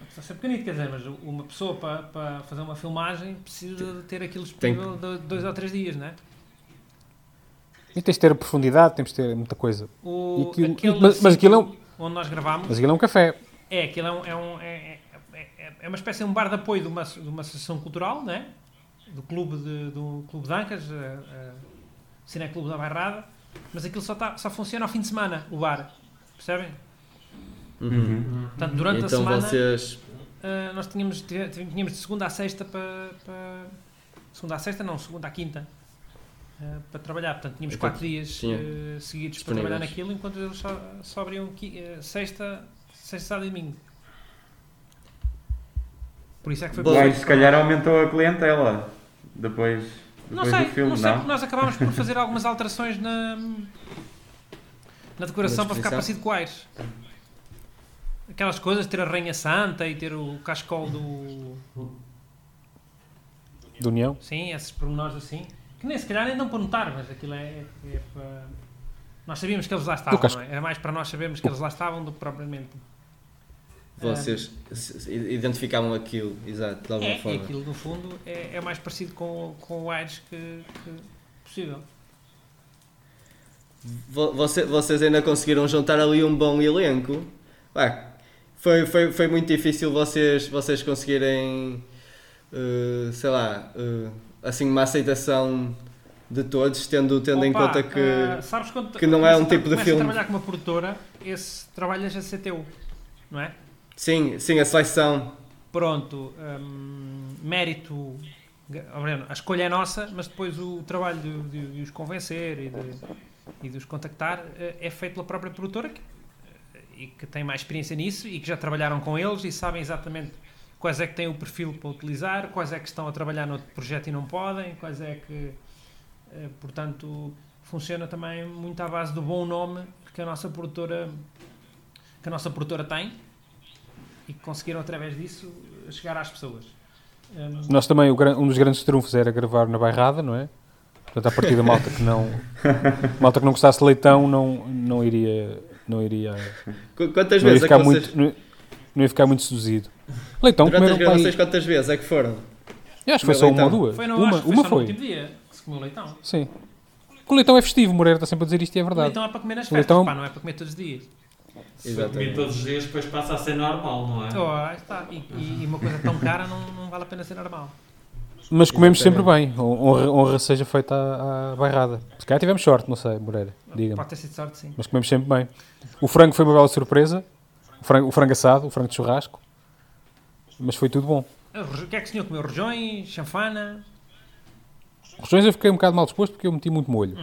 [SPEAKER 2] Precisa ser pequenito, quer dizer, mas uma pessoa para, para fazer uma filmagem precisa de ter aquilo
[SPEAKER 1] Tem que-
[SPEAKER 2] disponível de dois ou três dias, né?
[SPEAKER 3] E tens de ter profundidade, temos de ter muita coisa.
[SPEAKER 2] O,
[SPEAKER 3] E aquilo- mas- mas aquilo é um-
[SPEAKER 2] sítio Onde nós gravámos.
[SPEAKER 3] Mas aquilo é um café.
[SPEAKER 2] É, aquilo é, um, é, um- é- é- é- é uma espécie de um bar de apoio de uma, asso- de uma associação cultural, né? Do clube de, do clube de Ancas, eh, eh, Cineclube da Bairrada. Mas aquilo só, tá, só funciona ao fim de semana, o bar. Percebem?
[SPEAKER 1] Uhum.
[SPEAKER 2] Portanto, durante a
[SPEAKER 1] Então
[SPEAKER 2] semana
[SPEAKER 1] vocês.
[SPEAKER 2] eh, nós tínhamos, tive- tínhamos de segunda à sexta para, para- Segunda à sexta, não, segunda à quinta. eh, para trabalhar, portanto tínhamos
[SPEAKER 1] Então,
[SPEAKER 2] quatro dias
[SPEAKER 1] tinha
[SPEAKER 2] eh, seguidos para
[SPEAKER 1] disponíveis.
[SPEAKER 2] trabalhar naquilo, enquanto eles só, só abriam qui- eh, sexta, sexta, sábado e domingo. Por isso é que foi
[SPEAKER 1] Bom,
[SPEAKER 2] possível.
[SPEAKER 4] Mas se calhar aumentou a clientela depois,
[SPEAKER 2] Não
[SPEAKER 4] depois
[SPEAKER 2] sei,
[SPEAKER 4] do filme,
[SPEAKER 2] não
[SPEAKER 4] não?
[SPEAKER 2] sei, porque nós acabámos por fazer algumas alterações na, na decoração
[SPEAKER 1] Na
[SPEAKER 2] para
[SPEAKER 1] disposição.
[SPEAKER 2] ficar parecido com o Aires. Aquelas coisas, ter a Rainha Santa e ter o cascol do.
[SPEAKER 3] Do União.
[SPEAKER 2] Sim, esses pormenores assim. Que nem se calhar nem dão para notar, mas aquilo é, é para. Nós sabíamos que eles lá estavam,
[SPEAKER 3] O casco-
[SPEAKER 2] não é? Era mais para nós sabermos que eles lá estavam do que propriamente.
[SPEAKER 1] Vocês se- se identificavam aquilo, exato, de alguma
[SPEAKER 2] É, e
[SPEAKER 1] forma.
[SPEAKER 2] aquilo no fundo é, é mais parecido com, com o Aires que, que possível.
[SPEAKER 1] Vo- voce- vocês ainda conseguiram juntar ali um bom elenco. Pá, foi, foi, foi muito difícil vocês, vocês conseguirem, eh, sei lá, eh, assim, uma aceitação de todos, tendo, tendo em
[SPEAKER 2] Opa,
[SPEAKER 1] conta que.
[SPEAKER 2] ah, sabes quando tu
[SPEAKER 1] que não é
[SPEAKER 2] começas
[SPEAKER 1] um
[SPEAKER 2] a-
[SPEAKER 1] tipo de
[SPEAKER 2] começas
[SPEAKER 1] filme.
[SPEAKER 2] a trabalhar com uma produtora, esse trabalho é CTU, não é?
[SPEAKER 1] Sim, sim, a seleção.
[SPEAKER 2] Pronto, hum, mérito, ga- Mariano, a escolha é nossa, mas depois o trabalho de, de- de os convencer e de, e de os contactar eh, é feito pela própria produtora que, eh, e que tem mais experiência nisso e que já trabalharam com eles e sabem exatamente quais é que têm o perfil para utilizar, quais é que estão a trabalhar no projeto e não podem, quais é que. eh, Portanto, funciona também muito à base do bom nome que a nossa produtora, que a nossa produtora tem e que conseguiram através disso chegar às pessoas. Hum,
[SPEAKER 3] Nós também, o gran- um dos grandes trunfos era gravar na Bairrada, não é? Portanto, a partir da malta que não. Malta que não gostasse de leitão não, não iria. Não iria.
[SPEAKER 1] Qu- Quantas
[SPEAKER 3] Não ia
[SPEAKER 1] vezes é que
[SPEAKER 3] ficar
[SPEAKER 1] vocês.
[SPEAKER 3] muito. Não, não ia ficar muito seduzido. Leitão
[SPEAKER 1] durante
[SPEAKER 3] comeram
[SPEAKER 1] as
[SPEAKER 3] para aí.
[SPEAKER 1] gravações, quantas vezes é que foram?
[SPEAKER 3] Eu acho que foi só uma
[SPEAKER 1] Leitão.
[SPEAKER 3] ou duas.
[SPEAKER 2] Foi, não,
[SPEAKER 3] uma
[SPEAKER 2] acho que foi
[SPEAKER 3] uma
[SPEAKER 2] só
[SPEAKER 3] foi.
[SPEAKER 2] no último dia que se comeu leitão.
[SPEAKER 3] Sim. Porque o leitão é festivo, o Moreira está sempre a dizer isto e é verdade.
[SPEAKER 2] Leitão é para comer nas
[SPEAKER 3] O
[SPEAKER 2] festas,
[SPEAKER 3] leitão- Ah.
[SPEAKER 2] pá, não é para comer todos os dias.
[SPEAKER 5] Se for comido todos os dias, depois passa a ser normal, não é?
[SPEAKER 2] Oh, aí está. E, e- e uma coisa tão cara não, não vale a pena ser normal.
[SPEAKER 3] Mas comemos sempre bem. Honra, honra seja feita à, à bairrada. Se calhar tivemos sorte, não sei, Moreira. Diga-me.
[SPEAKER 2] Pode ter sido sorte, sim.
[SPEAKER 3] Mas comemos sempre bem. O frango foi uma bela surpresa. O frango, o frango assado, o frango de churrasco. Mas foi tudo bom.
[SPEAKER 2] O que é que o senhor comeu? Rojões, chanfana?
[SPEAKER 3] Rojões eu fiquei um bocado mal disposto porque eu meti muito molho.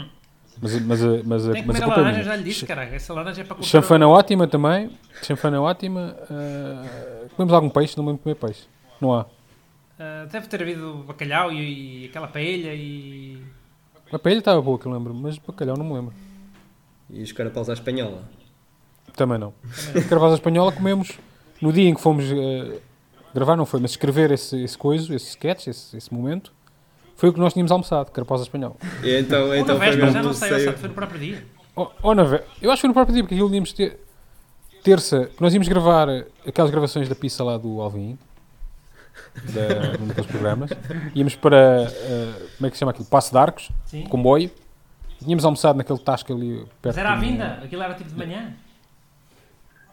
[SPEAKER 3] Mas, mas, a- mas, a-
[SPEAKER 2] Tem que comer
[SPEAKER 3] mas a
[SPEAKER 2] a
[SPEAKER 3] culpa é
[SPEAKER 2] laranja,
[SPEAKER 3] minha.
[SPEAKER 2] já lhe disse, caralho. Essa laranja é para comprar.
[SPEAKER 3] Chanfana um- ótima também. Chanfana ótima. Ah, comemos algum peixe? Não me lembro de comer peixe. Não há.
[SPEAKER 2] Ah, deve ter havido bacalhau e, e aquela paella e...
[SPEAKER 3] A paella estava boa, que eu lembro, mas bacalhau não me lembro.
[SPEAKER 1] E os carapaus à espanhola.
[SPEAKER 3] Também não. Carvalho Espanhola comemos no dia em que fomos eh, gravar, não foi, mas escrever esse, esse coiso, esse sketch, esse, esse momento, foi o que nós tínhamos almoçado, Carvalho Espanhola.
[SPEAKER 1] E então,
[SPEAKER 2] Ou na
[SPEAKER 1] então foi
[SPEAKER 2] véspera, já
[SPEAKER 1] mesmo
[SPEAKER 2] não sei, ou
[SPEAKER 1] saiu-
[SPEAKER 2] seja, foi no próprio dia.
[SPEAKER 3] Ou, ou na ve- oh, eu acho que foi no próprio dia, porque aquilo íamos ter. Terça, que nós íamos gravar eh, aquelas gravações da pista lá do Alvin, da, um daqueles programas, íamos para. eh, como é que se chama aquilo? Passo de Arcos,
[SPEAKER 2] Sim.
[SPEAKER 3] comboio. Tínhamos almoçado naquele tasca ali perto.
[SPEAKER 2] Mas era à
[SPEAKER 3] do-
[SPEAKER 2] vinda, aquilo era tipo de manhã.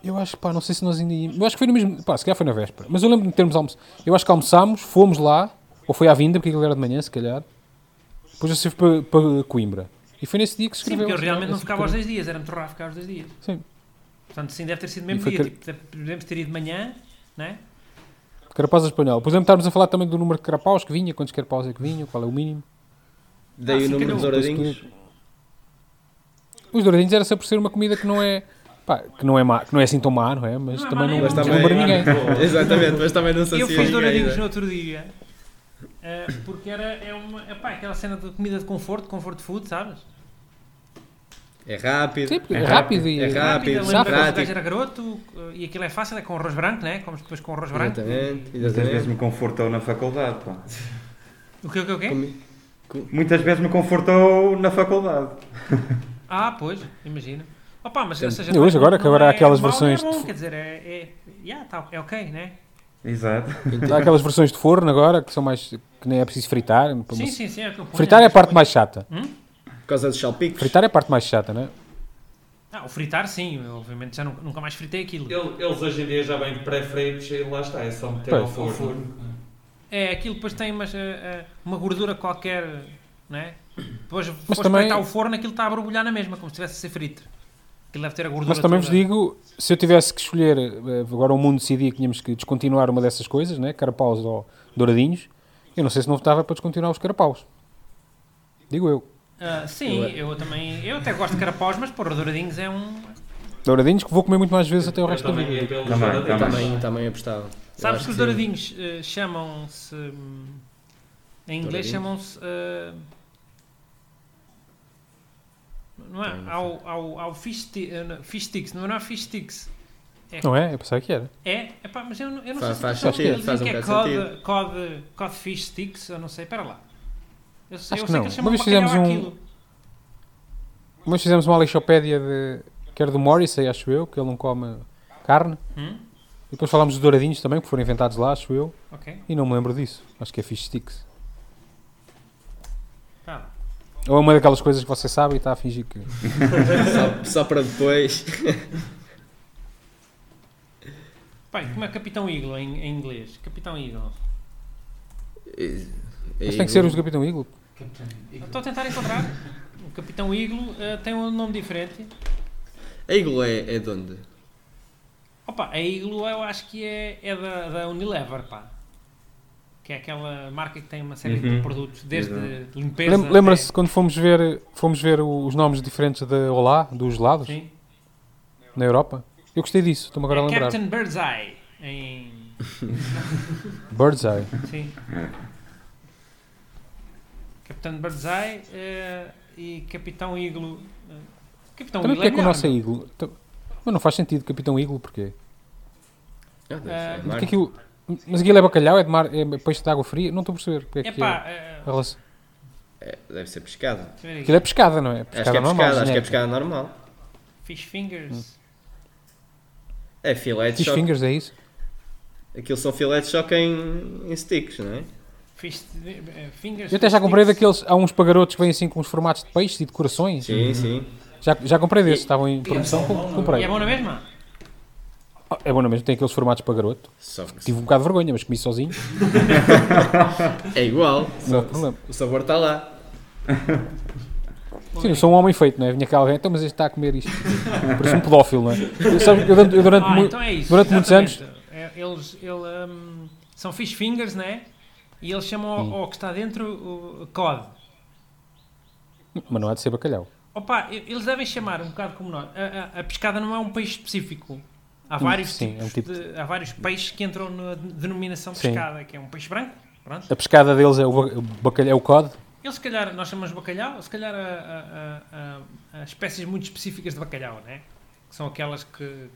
[SPEAKER 3] Eu acho, pá, não sei se nós ainda íamos. Eu acho que foi no mesmo. Pá, se calhar foi na véspera. Mas eu lembro de termos almoço. Eu acho que almoçámos, fomos lá, ou foi à vinda, porque aquilo era de manhã, se calhar. Depois eu estive para, para Coimbra. E foi nesse dia que se
[SPEAKER 2] Sim,
[SPEAKER 3] escreveu.
[SPEAKER 2] porque eu
[SPEAKER 3] esse-
[SPEAKER 2] realmente não
[SPEAKER 3] esse um-
[SPEAKER 2] ficava aos
[SPEAKER 3] bocadinho.
[SPEAKER 2] dois dias, era-me torrar a ficar aos dois dias.
[SPEAKER 3] Sim.
[SPEAKER 2] Portanto, sim, deve ter sido o
[SPEAKER 3] E
[SPEAKER 2] mesmo
[SPEAKER 3] foi
[SPEAKER 2] dia.
[SPEAKER 3] que-
[SPEAKER 2] Tipo, deve- podemos ter ido de manhã, né?
[SPEAKER 3] Carapaz espanhol. Depois lembro de estarmos a falar também do número de carapaus que vinha, quantos carapaus é que vinha, qual é o mínimo.
[SPEAKER 1] Dei
[SPEAKER 2] Ah,
[SPEAKER 1] o
[SPEAKER 2] sim,
[SPEAKER 1] número
[SPEAKER 2] calhou.
[SPEAKER 1] dos
[SPEAKER 3] Depois
[SPEAKER 1] douradinhos.
[SPEAKER 3] que- Os douradinhos era só por ser uma comida que não é. Pá, que não é, má, que não é assim tão má, não é? Mas
[SPEAKER 2] Não é má
[SPEAKER 3] também não,
[SPEAKER 2] nem
[SPEAKER 3] não
[SPEAKER 1] assim má. É
[SPEAKER 3] deslumbra ninguém.
[SPEAKER 1] Exatamente, mas também não sei
[SPEAKER 2] Eu
[SPEAKER 1] se é
[SPEAKER 2] fiz
[SPEAKER 1] ninguém,
[SPEAKER 2] douradinhos
[SPEAKER 1] né?
[SPEAKER 2] no outro dia. Eh, porque era é uma, epá, aquela cena de comida de conforto, comfort food, sabes?
[SPEAKER 1] É rápido.
[SPEAKER 3] Sim, porque
[SPEAKER 4] É
[SPEAKER 3] é rápido e.
[SPEAKER 1] É rápido,
[SPEAKER 2] Rápida,
[SPEAKER 3] rápido,
[SPEAKER 2] lembra que o gajo
[SPEAKER 1] prático.
[SPEAKER 2] era garoto eh, e aquilo é fácil, é com arroz branco, né? Comes depois com arroz branco. é
[SPEAKER 1] Exatamente,
[SPEAKER 4] Muitas vezes
[SPEAKER 1] exatamente.
[SPEAKER 4] me confortou na faculdade, pá.
[SPEAKER 2] O que, o que, o que?
[SPEAKER 1] Comi-
[SPEAKER 4] Muitas vezes me confortou na faculdade.
[SPEAKER 2] Ah, pois, imagino. Opa, mas ou seja,
[SPEAKER 3] E hoje
[SPEAKER 2] não-
[SPEAKER 3] agora
[SPEAKER 2] não
[SPEAKER 3] que agora há
[SPEAKER 2] é
[SPEAKER 3] aquelas
[SPEAKER 2] mau, nem é
[SPEAKER 3] versões de
[SPEAKER 2] bom,
[SPEAKER 3] fu-
[SPEAKER 2] Quer dizer, é, é, yeah, tá, é ok, né?
[SPEAKER 4] Exato.
[SPEAKER 3] Há aquelas versões de forno agora que são mais. que nem é preciso fritar. mas-
[SPEAKER 2] Sim, sim, sim. É o que eu ponho,
[SPEAKER 3] Fritar é a
[SPEAKER 2] mas-
[SPEAKER 3] parte mais chata.
[SPEAKER 1] Por causa dos salpicos.
[SPEAKER 3] Fritar é a parte mais chata, né?
[SPEAKER 2] Ah, o fritar sim, eu, obviamente já nunca, nunca mais fritei aquilo.
[SPEAKER 5] Ele- Eles hoje em dia já vêm pré-freitos e lá está, é só meter
[SPEAKER 3] Pois,
[SPEAKER 5] ao
[SPEAKER 6] Ao
[SPEAKER 5] forno.
[SPEAKER 6] forno.
[SPEAKER 2] É, aquilo depois tem umas, eh, eh, uma gordura qualquer, né? Depois depois
[SPEAKER 3] também-
[SPEAKER 2] espreitar o forno, aquilo está a borbulhar na mesma, como se estivesse a ser frito. Aquilo deve ter a gordura
[SPEAKER 3] Mas também vos
[SPEAKER 2] toda.
[SPEAKER 3] digo, se eu tivesse que escolher, eh, agora o mundo decidia que tínhamos que descontinuar uma dessas coisas, né? carapaus ou douradinhos, eu não sei se não votava para descontinuar os carapaus. Digo eu.
[SPEAKER 2] Ah,
[SPEAKER 1] é.
[SPEAKER 2] sim, eu, também... Eu até gosto de carapaus, mas pôr douradinhos é um...
[SPEAKER 3] Douradinhos que vou comer muito mais vezes até o
[SPEAKER 5] Eu
[SPEAKER 3] resto da vida.
[SPEAKER 5] também, é pelo
[SPEAKER 4] Também,
[SPEAKER 5] jogador.
[SPEAKER 4] também.
[SPEAKER 1] Também, também apostava. Eu
[SPEAKER 2] Sabes
[SPEAKER 1] acho
[SPEAKER 2] que os
[SPEAKER 1] sim.
[SPEAKER 2] douradinhos eh, chamam-se... hum, Em inglês
[SPEAKER 1] Douradinhos?
[SPEAKER 2] chamam-se... eh, não
[SPEAKER 1] Bem, não
[SPEAKER 2] é?
[SPEAKER 1] sei.
[SPEAKER 2] Ao, ao, ao fish, sti- eh, não, fish sticks, não é? Não é fish sticks.
[SPEAKER 3] Não é? Eu pensava que era.
[SPEAKER 2] É, epá, mas eu, não- eu não
[SPEAKER 1] Faz-
[SPEAKER 2] sei
[SPEAKER 1] faz
[SPEAKER 2] se as pessoas
[SPEAKER 1] sentido,
[SPEAKER 2] dizem
[SPEAKER 1] faz um
[SPEAKER 2] que é
[SPEAKER 1] bocado de
[SPEAKER 2] cod, cod, codfish sticks, eu não sei, espera lá. Eu, sei-
[SPEAKER 3] Acho
[SPEAKER 2] eu sei
[SPEAKER 3] que não.
[SPEAKER 2] que eles
[SPEAKER 3] Uma
[SPEAKER 2] chamam
[SPEAKER 3] vez fizemos
[SPEAKER 2] bacalhau
[SPEAKER 3] um-
[SPEAKER 2] àquilo.
[SPEAKER 3] Mas fizemos uma lixopédia de. que era do Morrissey, acho eu, que ele não come carne.
[SPEAKER 2] Hum?
[SPEAKER 3] E depois falámos dos douradinhos também, que foram inventados lá, acho eu,
[SPEAKER 2] Ok,
[SPEAKER 3] e não me lembro disso. Acho que é fish sticks.
[SPEAKER 2] tá.
[SPEAKER 3] Ou é uma daquelas coisas que você sabe e está a fingir que.
[SPEAKER 1] Só, só para depois.
[SPEAKER 2] Bem, como é Capitão Eagle em, em inglês? Capitão Eagle.
[SPEAKER 3] Mas tem que ser os do Capitão Eagle.
[SPEAKER 6] Capitão.
[SPEAKER 2] Eu Estou a tentar encontrar. O Capitão Eagle eh, tem um nome diferente.
[SPEAKER 1] A Eagle é, é de onde?
[SPEAKER 2] Opa, a Eagle eu acho que é, é da, da Unilever, pá. Que é aquela marca que tem uma série de
[SPEAKER 4] Uhum.
[SPEAKER 2] produtos, desde
[SPEAKER 4] Exato.
[SPEAKER 2] limpeza...
[SPEAKER 3] Lem-
[SPEAKER 2] até-
[SPEAKER 3] Lembra-se quando fomos ver, fomos ver o- os nomes diferentes da Olá, dos lados,
[SPEAKER 2] Sim.
[SPEAKER 3] na Europa? Eu gostei disso, estou-me agora a
[SPEAKER 2] é
[SPEAKER 3] lembrar.
[SPEAKER 2] Captain Birdseye em...
[SPEAKER 3] Bird's Eye.
[SPEAKER 2] Sim.
[SPEAKER 3] É.
[SPEAKER 2] Capitão Birdseye eh, e Capitão Iglo. eh, Capitão
[SPEAKER 3] Também
[SPEAKER 2] Iglo é
[SPEAKER 3] porque é que o
[SPEAKER 2] melhor.
[SPEAKER 3] nosso é Eagle? Ta- Mas não faz sentido, Capitão Eagle, porquê?
[SPEAKER 1] Ah, deve ser
[SPEAKER 2] Ah,
[SPEAKER 1] a
[SPEAKER 3] Porque
[SPEAKER 1] marca.
[SPEAKER 3] aquilo- é mas aquilo é bacalhau, é, de mar, é peixe de água fria? Não estou a perceber. Porque é que
[SPEAKER 2] Epá,
[SPEAKER 3] é.
[SPEAKER 2] eh,
[SPEAKER 3] a relação-
[SPEAKER 1] É, deve ser pescado.
[SPEAKER 2] deixa eu ver
[SPEAKER 3] Aquilo é
[SPEAKER 2] aqui.
[SPEAKER 3] pescada, não é?
[SPEAKER 1] acho que é pescado,
[SPEAKER 3] normal,
[SPEAKER 1] acho que é
[SPEAKER 3] genérica.
[SPEAKER 1] pescado normal.
[SPEAKER 2] Fish Fingers.
[SPEAKER 3] Hum.
[SPEAKER 1] É filete,
[SPEAKER 3] Fish
[SPEAKER 1] só,
[SPEAKER 3] fingers, é isso?
[SPEAKER 1] aquilo são filetes só que em, em sticks, não é?
[SPEAKER 2] Fish eh, Fingers.
[SPEAKER 3] Eu até já
[SPEAKER 2] fish
[SPEAKER 3] comprei
[SPEAKER 2] sticks.
[SPEAKER 3] daqueles, há uns pagarotos que vêm assim com uns formatos de peixe e de corações.
[SPEAKER 1] Sim, sim.
[SPEAKER 3] Já, já comprei desses, estavam em promoção,
[SPEAKER 6] bom, não é?
[SPEAKER 3] comprei.
[SPEAKER 2] E é bom na mesma?
[SPEAKER 3] Ah, É bom, não é mesmo? Tem aqueles formatos para garoto.
[SPEAKER 1] Só-
[SPEAKER 3] Tive um bocado de vergonha, mas comi sozinho.
[SPEAKER 1] é igual.
[SPEAKER 3] Não
[SPEAKER 1] Só-
[SPEAKER 3] há problema.
[SPEAKER 1] o sabor está lá.
[SPEAKER 3] Sim, eu sou um homem feito, não é? Vinha cá alguém, então, mas este está a comer isto. Parece um pedófilo, não é? Eu, sabe, eu durante, eu durante
[SPEAKER 2] ah,
[SPEAKER 3] mu-
[SPEAKER 2] então é isso.
[SPEAKER 3] durante muitos
[SPEAKER 2] exatamente. É, Eles, ele, hum, são Fish Fingers, né? E eles chamam ao, ao que está dentro o COD. então-
[SPEAKER 3] Mas não há de ser bacalhau.
[SPEAKER 2] Opa, e- eles devem chamar um bocado como nós. A, a- a pescada não é um peixe específico. Há vários,
[SPEAKER 3] sim,
[SPEAKER 2] tipos
[SPEAKER 3] é um tipo
[SPEAKER 2] de- há vários peixes que entram na de- denominação
[SPEAKER 3] Sim.
[SPEAKER 2] pescada, que é um peixe branco. Pronto.
[SPEAKER 3] A pescada deles é o ba- o bacalhau, é o cod.
[SPEAKER 2] Eles, se calhar, nós chamamos de bacalhau, se calhar a, a- a- a- a espécies muito específicas de bacalhau, né? Que são aquelas que,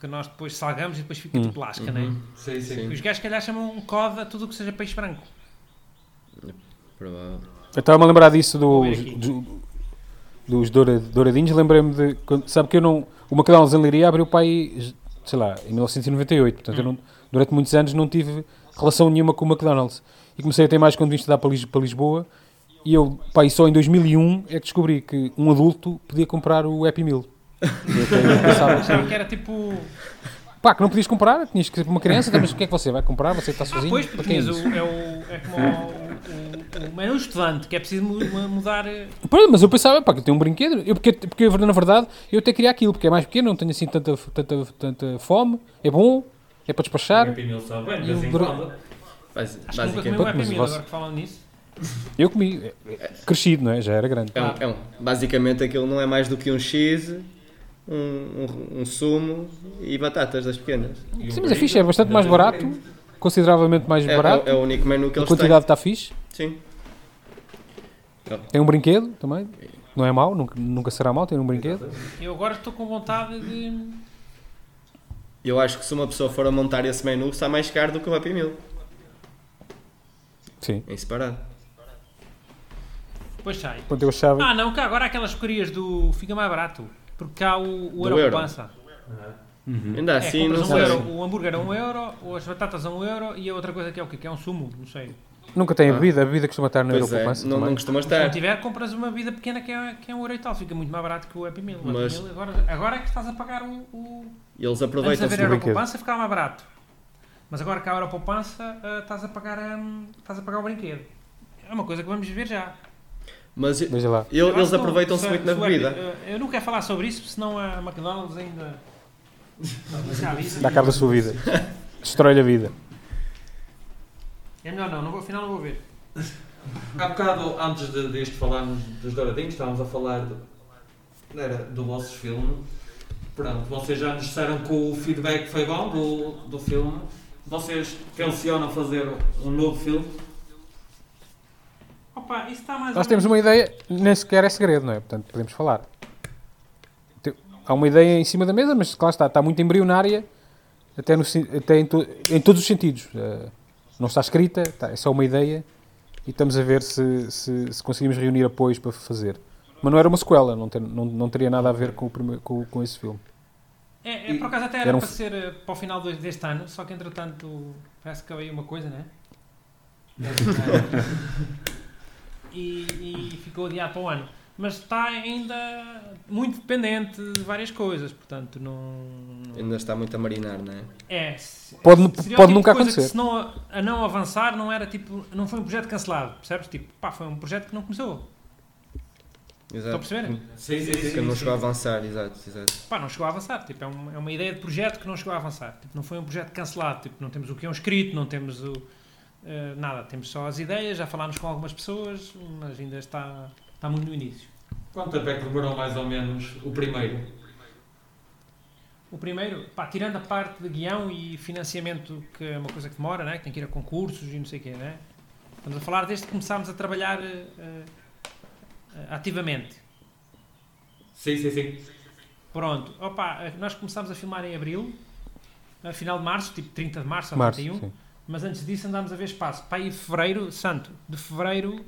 [SPEAKER 2] que nós depois salgamos e depois fica
[SPEAKER 3] Hum.
[SPEAKER 2] tipo lasca, né?
[SPEAKER 5] Uhum. Sim, sim.
[SPEAKER 2] Os gajos, se calhar, chamam um cod a tudo o que seja peixe branco.
[SPEAKER 1] Provável.
[SPEAKER 3] Eu estava-me a lembrar disso
[SPEAKER 2] ver
[SPEAKER 3] dos,
[SPEAKER 2] aqui.
[SPEAKER 3] do- dos doura- douradinhos. Lembrei-me de. quando- sabe que eu não. O McDonald's em Leiria abriu para aí, sei lá, em 1998. Portanto, eu não- durante muitos anos não tive relação nenhuma com o McDonald's. E comecei a ter mais quando vim estudar para, Lis- para Lisboa. E eu, pá, e só em 2001 é que descobri que um adulto podia comprar o Happy Meal. Eu até não pensava-
[SPEAKER 2] Achava que era tipo.
[SPEAKER 3] Pá, que não podias comprar, tinhas que ser uma criança, então, mas o que é que você vai comprar? Você está
[SPEAKER 2] Ah,
[SPEAKER 3] sozinho?
[SPEAKER 2] pois,
[SPEAKER 3] Para
[SPEAKER 2] porque
[SPEAKER 3] quem é
[SPEAKER 2] tinhas
[SPEAKER 3] isso?
[SPEAKER 2] o, é, o, é como o, o, o menu estudante, que é preciso mu- mu- mudar. eh,
[SPEAKER 3] Pois, mas eu pensava, pá, que eu tenho um brinquedo. Eu, porque, porque eu, na verdade, eu até queria aquilo, porque é mais pequeno, não tenho assim tanta, tanta, tanta fome, é bom, é para despachar.
[SPEAKER 6] Happy Meal sabe bem, de
[SPEAKER 3] E
[SPEAKER 6] vez
[SPEAKER 3] o
[SPEAKER 6] em
[SPEAKER 3] bro-
[SPEAKER 6] quando.
[SPEAKER 1] Basi-
[SPEAKER 2] Acho que nunca comi
[SPEAKER 1] basicamente,
[SPEAKER 2] um Happy
[SPEAKER 3] Mas
[SPEAKER 2] Meal,
[SPEAKER 3] você-
[SPEAKER 2] agora que falam nisso.
[SPEAKER 3] Eu comi, é- é crescido, não é? Já era grande.
[SPEAKER 1] é um, é um- basicamente aquilo não é mais do que um X, um, um, um sumo e batatas das pequenas.
[SPEAKER 6] E o
[SPEAKER 3] Sim, mas é
[SPEAKER 1] um
[SPEAKER 6] burrito.
[SPEAKER 3] fixe, é bastante mais barato. consideravelmente mais
[SPEAKER 1] É,
[SPEAKER 3] barato.
[SPEAKER 1] é- é o único menu que
[SPEAKER 3] a
[SPEAKER 1] eles
[SPEAKER 3] quantidade está fixe.
[SPEAKER 1] têm. Sim.
[SPEAKER 3] Tem um brinquedo também. Não é mau, nunca, nunca será mau ter um brinquedo.
[SPEAKER 2] Eu agora estou com vontade de.
[SPEAKER 1] Eu acho que se uma pessoa for a montar esse menu, sai mais caro do que o Happy Meal,
[SPEAKER 3] Sim.
[SPEAKER 1] em separado.
[SPEAKER 2] Pois sai.
[SPEAKER 3] Portanto, eu achava.
[SPEAKER 2] Ah, não, que agora há aquelas porcarias do. Fica mais barato. Porque há o, o
[SPEAKER 1] Do
[SPEAKER 2] euro
[SPEAKER 1] euro.
[SPEAKER 2] poupança.
[SPEAKER 3] Uhum.
[SPEAKER 1] Ainda
[SPEAKER 2] é,
[SPEAKER 1] assim, não
[SPEAKER 2] compras um
[SPEAKER 1] sei.
[SPEAKER 2] euro, o hambúrguer a um euro, ou as batatas a um euro e a outra coisa que é o quê? Que é um sumo, não sei.
[SPEAKER 3] Nunca tem a bebida, a bebida costuma estar na
[SPEAKER 1] Ah. Pois é,
[SPEAKER 3] Europoupança
[SPEAKER 1] não, não
[SPEAKER 3] também.
[SPEAKER 1] costuma
[SPEAKER 2] Se não
[SPEAKER 1] estar.
[SPEAKER 2] tiver, compras uma bebida pequena que é, que é um euro e tal. Fica muito mais barato que o Happy Meal. O Happy
[SPEAKER 1] Mas-
[SPEAKER 2] Meal agora, agora é que estás a pagar o. o...
[SPEAKER 1] E eles
[SPEAKER 2] Antes de
[SPEAKER 1] aproveitam-se
[SPEAKER 2] haver
[SPEAKER 1] do
[SPEAKER 2] euro
[SPEAKER 1] brinquedo.
[SPEAKER 2] poupança ficava mais barato. Mas agora que há euro poupança, ah, estás, a pagar, hum, estás a pagar o brinquedo. É uma coisa que vamos ver já.
[SPEAKER 1] Mas eu-
[SPEAKER 3] Veja lá.
[SPEAKER 1] eu-
[SPEAKER 2] Eu acho
[SPEAKER 1] eles
[SPEAKER 2] que não- é
[SPEAKER 1] aproveitam-se
[SPEAKER 2] se-
[SPEAKER 1] muito na
[SPEAKER 2] se o
[SPEAKER 1] bebida.
[SPEAKER 2] Happy- eh, Eu não quero falar sobre isso, senão a McDonald's ainda. se avisa.
[SPEAKER 3] Dá cabo da sua vida. Destrói-lhe a vida.
[SPEAKER 2] É melhor não, não vou, afinal não vou ver.
[SPEAKER 5] Há bocado, antes de, deste falarmos dos Douradinhos, estávamos a falar do, não era, do vosso filme. Pronto, vocês já nos disseram que o feedback foi bom do, do filme. Vocês tencionam fazer um novo filme?
[SPEAKER 2] Opa, isso está mais.
[SPEAKER 3] Nós
[SPEAKER 2] ou
[SPEAKER 3] temos uma ideia, nem sequer é segredo, não é? Portanto, podemos falar. Te- Há uma ideia em cima da mesa, mas claro está, está muito embrionária, até, no sen- até em, to- em todos os sentidos. Eh, não está escrita, está- é só uma ideia e estamos a ver se, se- se conseguimos reunir apoios para fazer. Mas não era uma sequela, não, ter- não- não teria nada a ver com, o prime- com- com esse filme.
[SPEAKER 2] É, é, por acaso até era,
[SPEAKER 3] Era um
[SPEAKER 2] para
[SPEAKER 3] f-
[SPEAKER 2] ser eh, para o final do- deste ano, só que entretanto parece que veio uma coisa, né? e, e ficou adiado para o ano. Mas está ainda muito dependente de várias coisas, portanto não.
[SPEAKER 1] Ainda está muito a marinar, não é?
[SPEAKER 2] É. se-
[SPEAKER 3] Pode-
[SPEAKER 2] seria o
[SPEAKER 3] pode
[SPEAKER 2] tipo de
[SPEAKER 3] nunca
[SPEAKER 2] coisa
[SPEAKER 3] acontecer.
[SPEAKER 2] Que se não, a- a não avançar não era tipo. Não foi um projeto cancelado, percebes? Tipo, pá, foi um projeto que não começou. Estão
[SPEAKER 1] Exato.
[SPEAKER 2] a
[SPEAKER 1] Hum.
[SPEAKER 2] perceber?
[SPEAKER 5] Sim, sim,
[SPEAKER 1] Que não chegou a avançar, exato, exato.
[SPEAKER 2] Pá, não chegou a avançar. Tipo, é, um- é uma ideia de projeto que não chegou a avançar. Tipo, não foi um projeto cancelado. Tipo, não temos o que é um escrito, não temos o, eh, nada. Temos só as ideias, já falámos com algumas pessoas, mas ainda está, está muito no início.
[SPEAKER 5] Quanto tempo é que demorou mais ou menos o primeiro?
[SPEAKER 2] O primeiro, pá, tirando a parte de guião e financiamento, que é uma coisa que demora, né? que tem que ir a concursos e não sei o quê, né? Estamos a falar desde que começámos a trabalhar eh, eh, eh, ativamente.
[SPEAKER 5] Sim, sim, sim.
[SPEAKER 2] Pronto, opa, eh, nós começámos a filmar em abril, a final de março, tipo 30 de março ou
[SPEAKER 3] Março,
[SPEAKER 2] 31.
[SPEAKER 3] sim.
[SPEAKER 2] Mas antes disso andámos a ver espaço. Para aí fevereiro, santo, de fevereiro,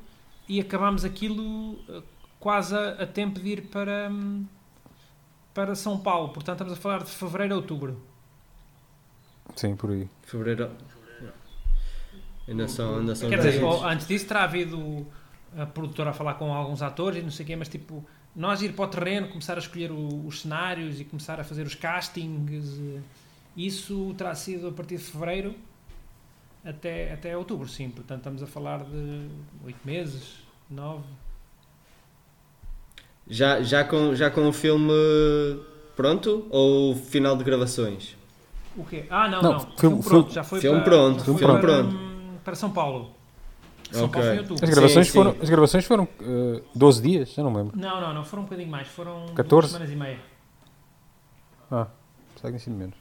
[SPEAKER 2] e acabámos aquilo eh, quase a, a tempo de ir para, hum, para São Paulo. Portanto, estamos a falar de fevereiro a outubro.
[SPEAKER 3] Sim, por aí.
[SPEAKER 1] Fevereiro. Ainda são, ainda são
[SPEAKER 2] Quer
[SPEAKER 1] dois
[SPEAKER 2] dizer,
[SPEAKER 1] meses.
[SPEAKER 2] ou- antes disso terá havido a produtora a falar com alguns atores e não sei o quê, mas tipo, nós ir para o terreno, começar a escolher o- os cenários e começar a fazer os castings, eh, isso terá sido a partir de fevereiro até, até outubro, sim. Portanto, estamos a falar de oito meses, nove.
[SPEAKER 1] Já, já, com, já com o filme pronto ou final de gravações?
[SPEAKER 2] O quê? Ah, não,
[SPEAKER 3] Não,
[SPEAKER 2] não.
[SPEAKER 3] filme-
[SPEAKER 2] Filme pronto, já foi
[SPEAKER 1] filme
[SPEAKER 2] para,
[SPEAKER 1] pronto,
[SPEAKER 2] já
[SPEAKER 1] filme
[SPEAKER 2] foi para,
[SPEAKER 1] pronto.
[SPEAKER 2] hum, para São Paulo. São
[SPEAKER 1] Ok.
[SPEAKER 2] Paulo foi em
[SPEAKER 3] As
[SPEAKER 2] outubro.
[SPEAKER 3] gravações
[SPEAKER 1] sim.
[SPEAKER 3] foram, as gravações foram eh, 12 dias, já não me lembro.
[SPEAKER 2] Não, não, não, foram um bocadinho mais, foram
[SPEAKER 3] 14?
[SPEAKER 2] duas semanas e meia.
[SPEAKER 3] Ah, será que ensino menos?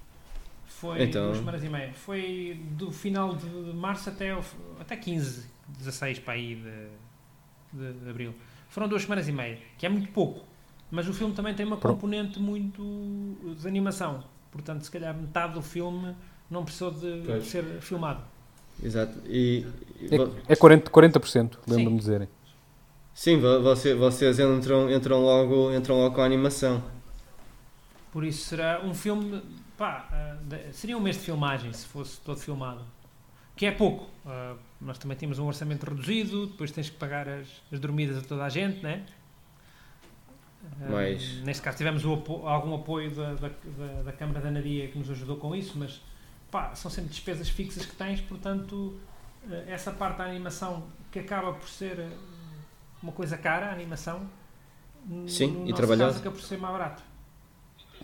[SPEAKER 2] Foi
[SPEAKER 1] Então.
[SPEAKER 2] duas semanas e meia. Foi do final de março até, o- até 15, 16 para aí de, de, de abril. Foram duas semanas e meia, que é muito pouco. Mas o filme também tem uma
[SPEAKER 3] Pronto.
[SPEAKER 2] componente muito eh, de animação. Portanto, se calhar metade do filme não precisou de
[SPEAKER 5] Pois.
[SPEAKER 2] ser filmado.
[SPEAKER 1] Exato. E, e vo-
[SPEAKER 3] É, é 40%, 40% lembro-me
[SPEAKER 2] Sim.
[SPEAKER 3] de dizerem.
[SPEAKER 1] sim, vo- você- vocês entram, entram, logo, entram logo com a animação.
[SPEAKER 2] Por isso será um filme. Pá, ah, de- seria um mês de filmagem se fosse todo filmado. Que é pouco. Ah, nós também temos um orçamento reduzido, depois tens que pagar as, as dormidas a toda a gente, né? Ah,
[SPEAKER 1] Mas-
[SPEAKER 2] Neste caso tivemos o apo- algum apoio da, da, da- da Câmara da Nadia que nos ajudou com isso, mas pá, são sempre despesas fixas que tens, portanto, eh, essa parte da animação que acaba por ser eh, uma coisa cara, a animação, n-
[SPEAKER 1] Sim,
[SPEAKER 2] no
[SPEAKER 1] e
[SPEAKER 2] nosso
[SPEAKER 1] trabalhosa.
[SPEAKER 2] caso acaba por ser mais barato.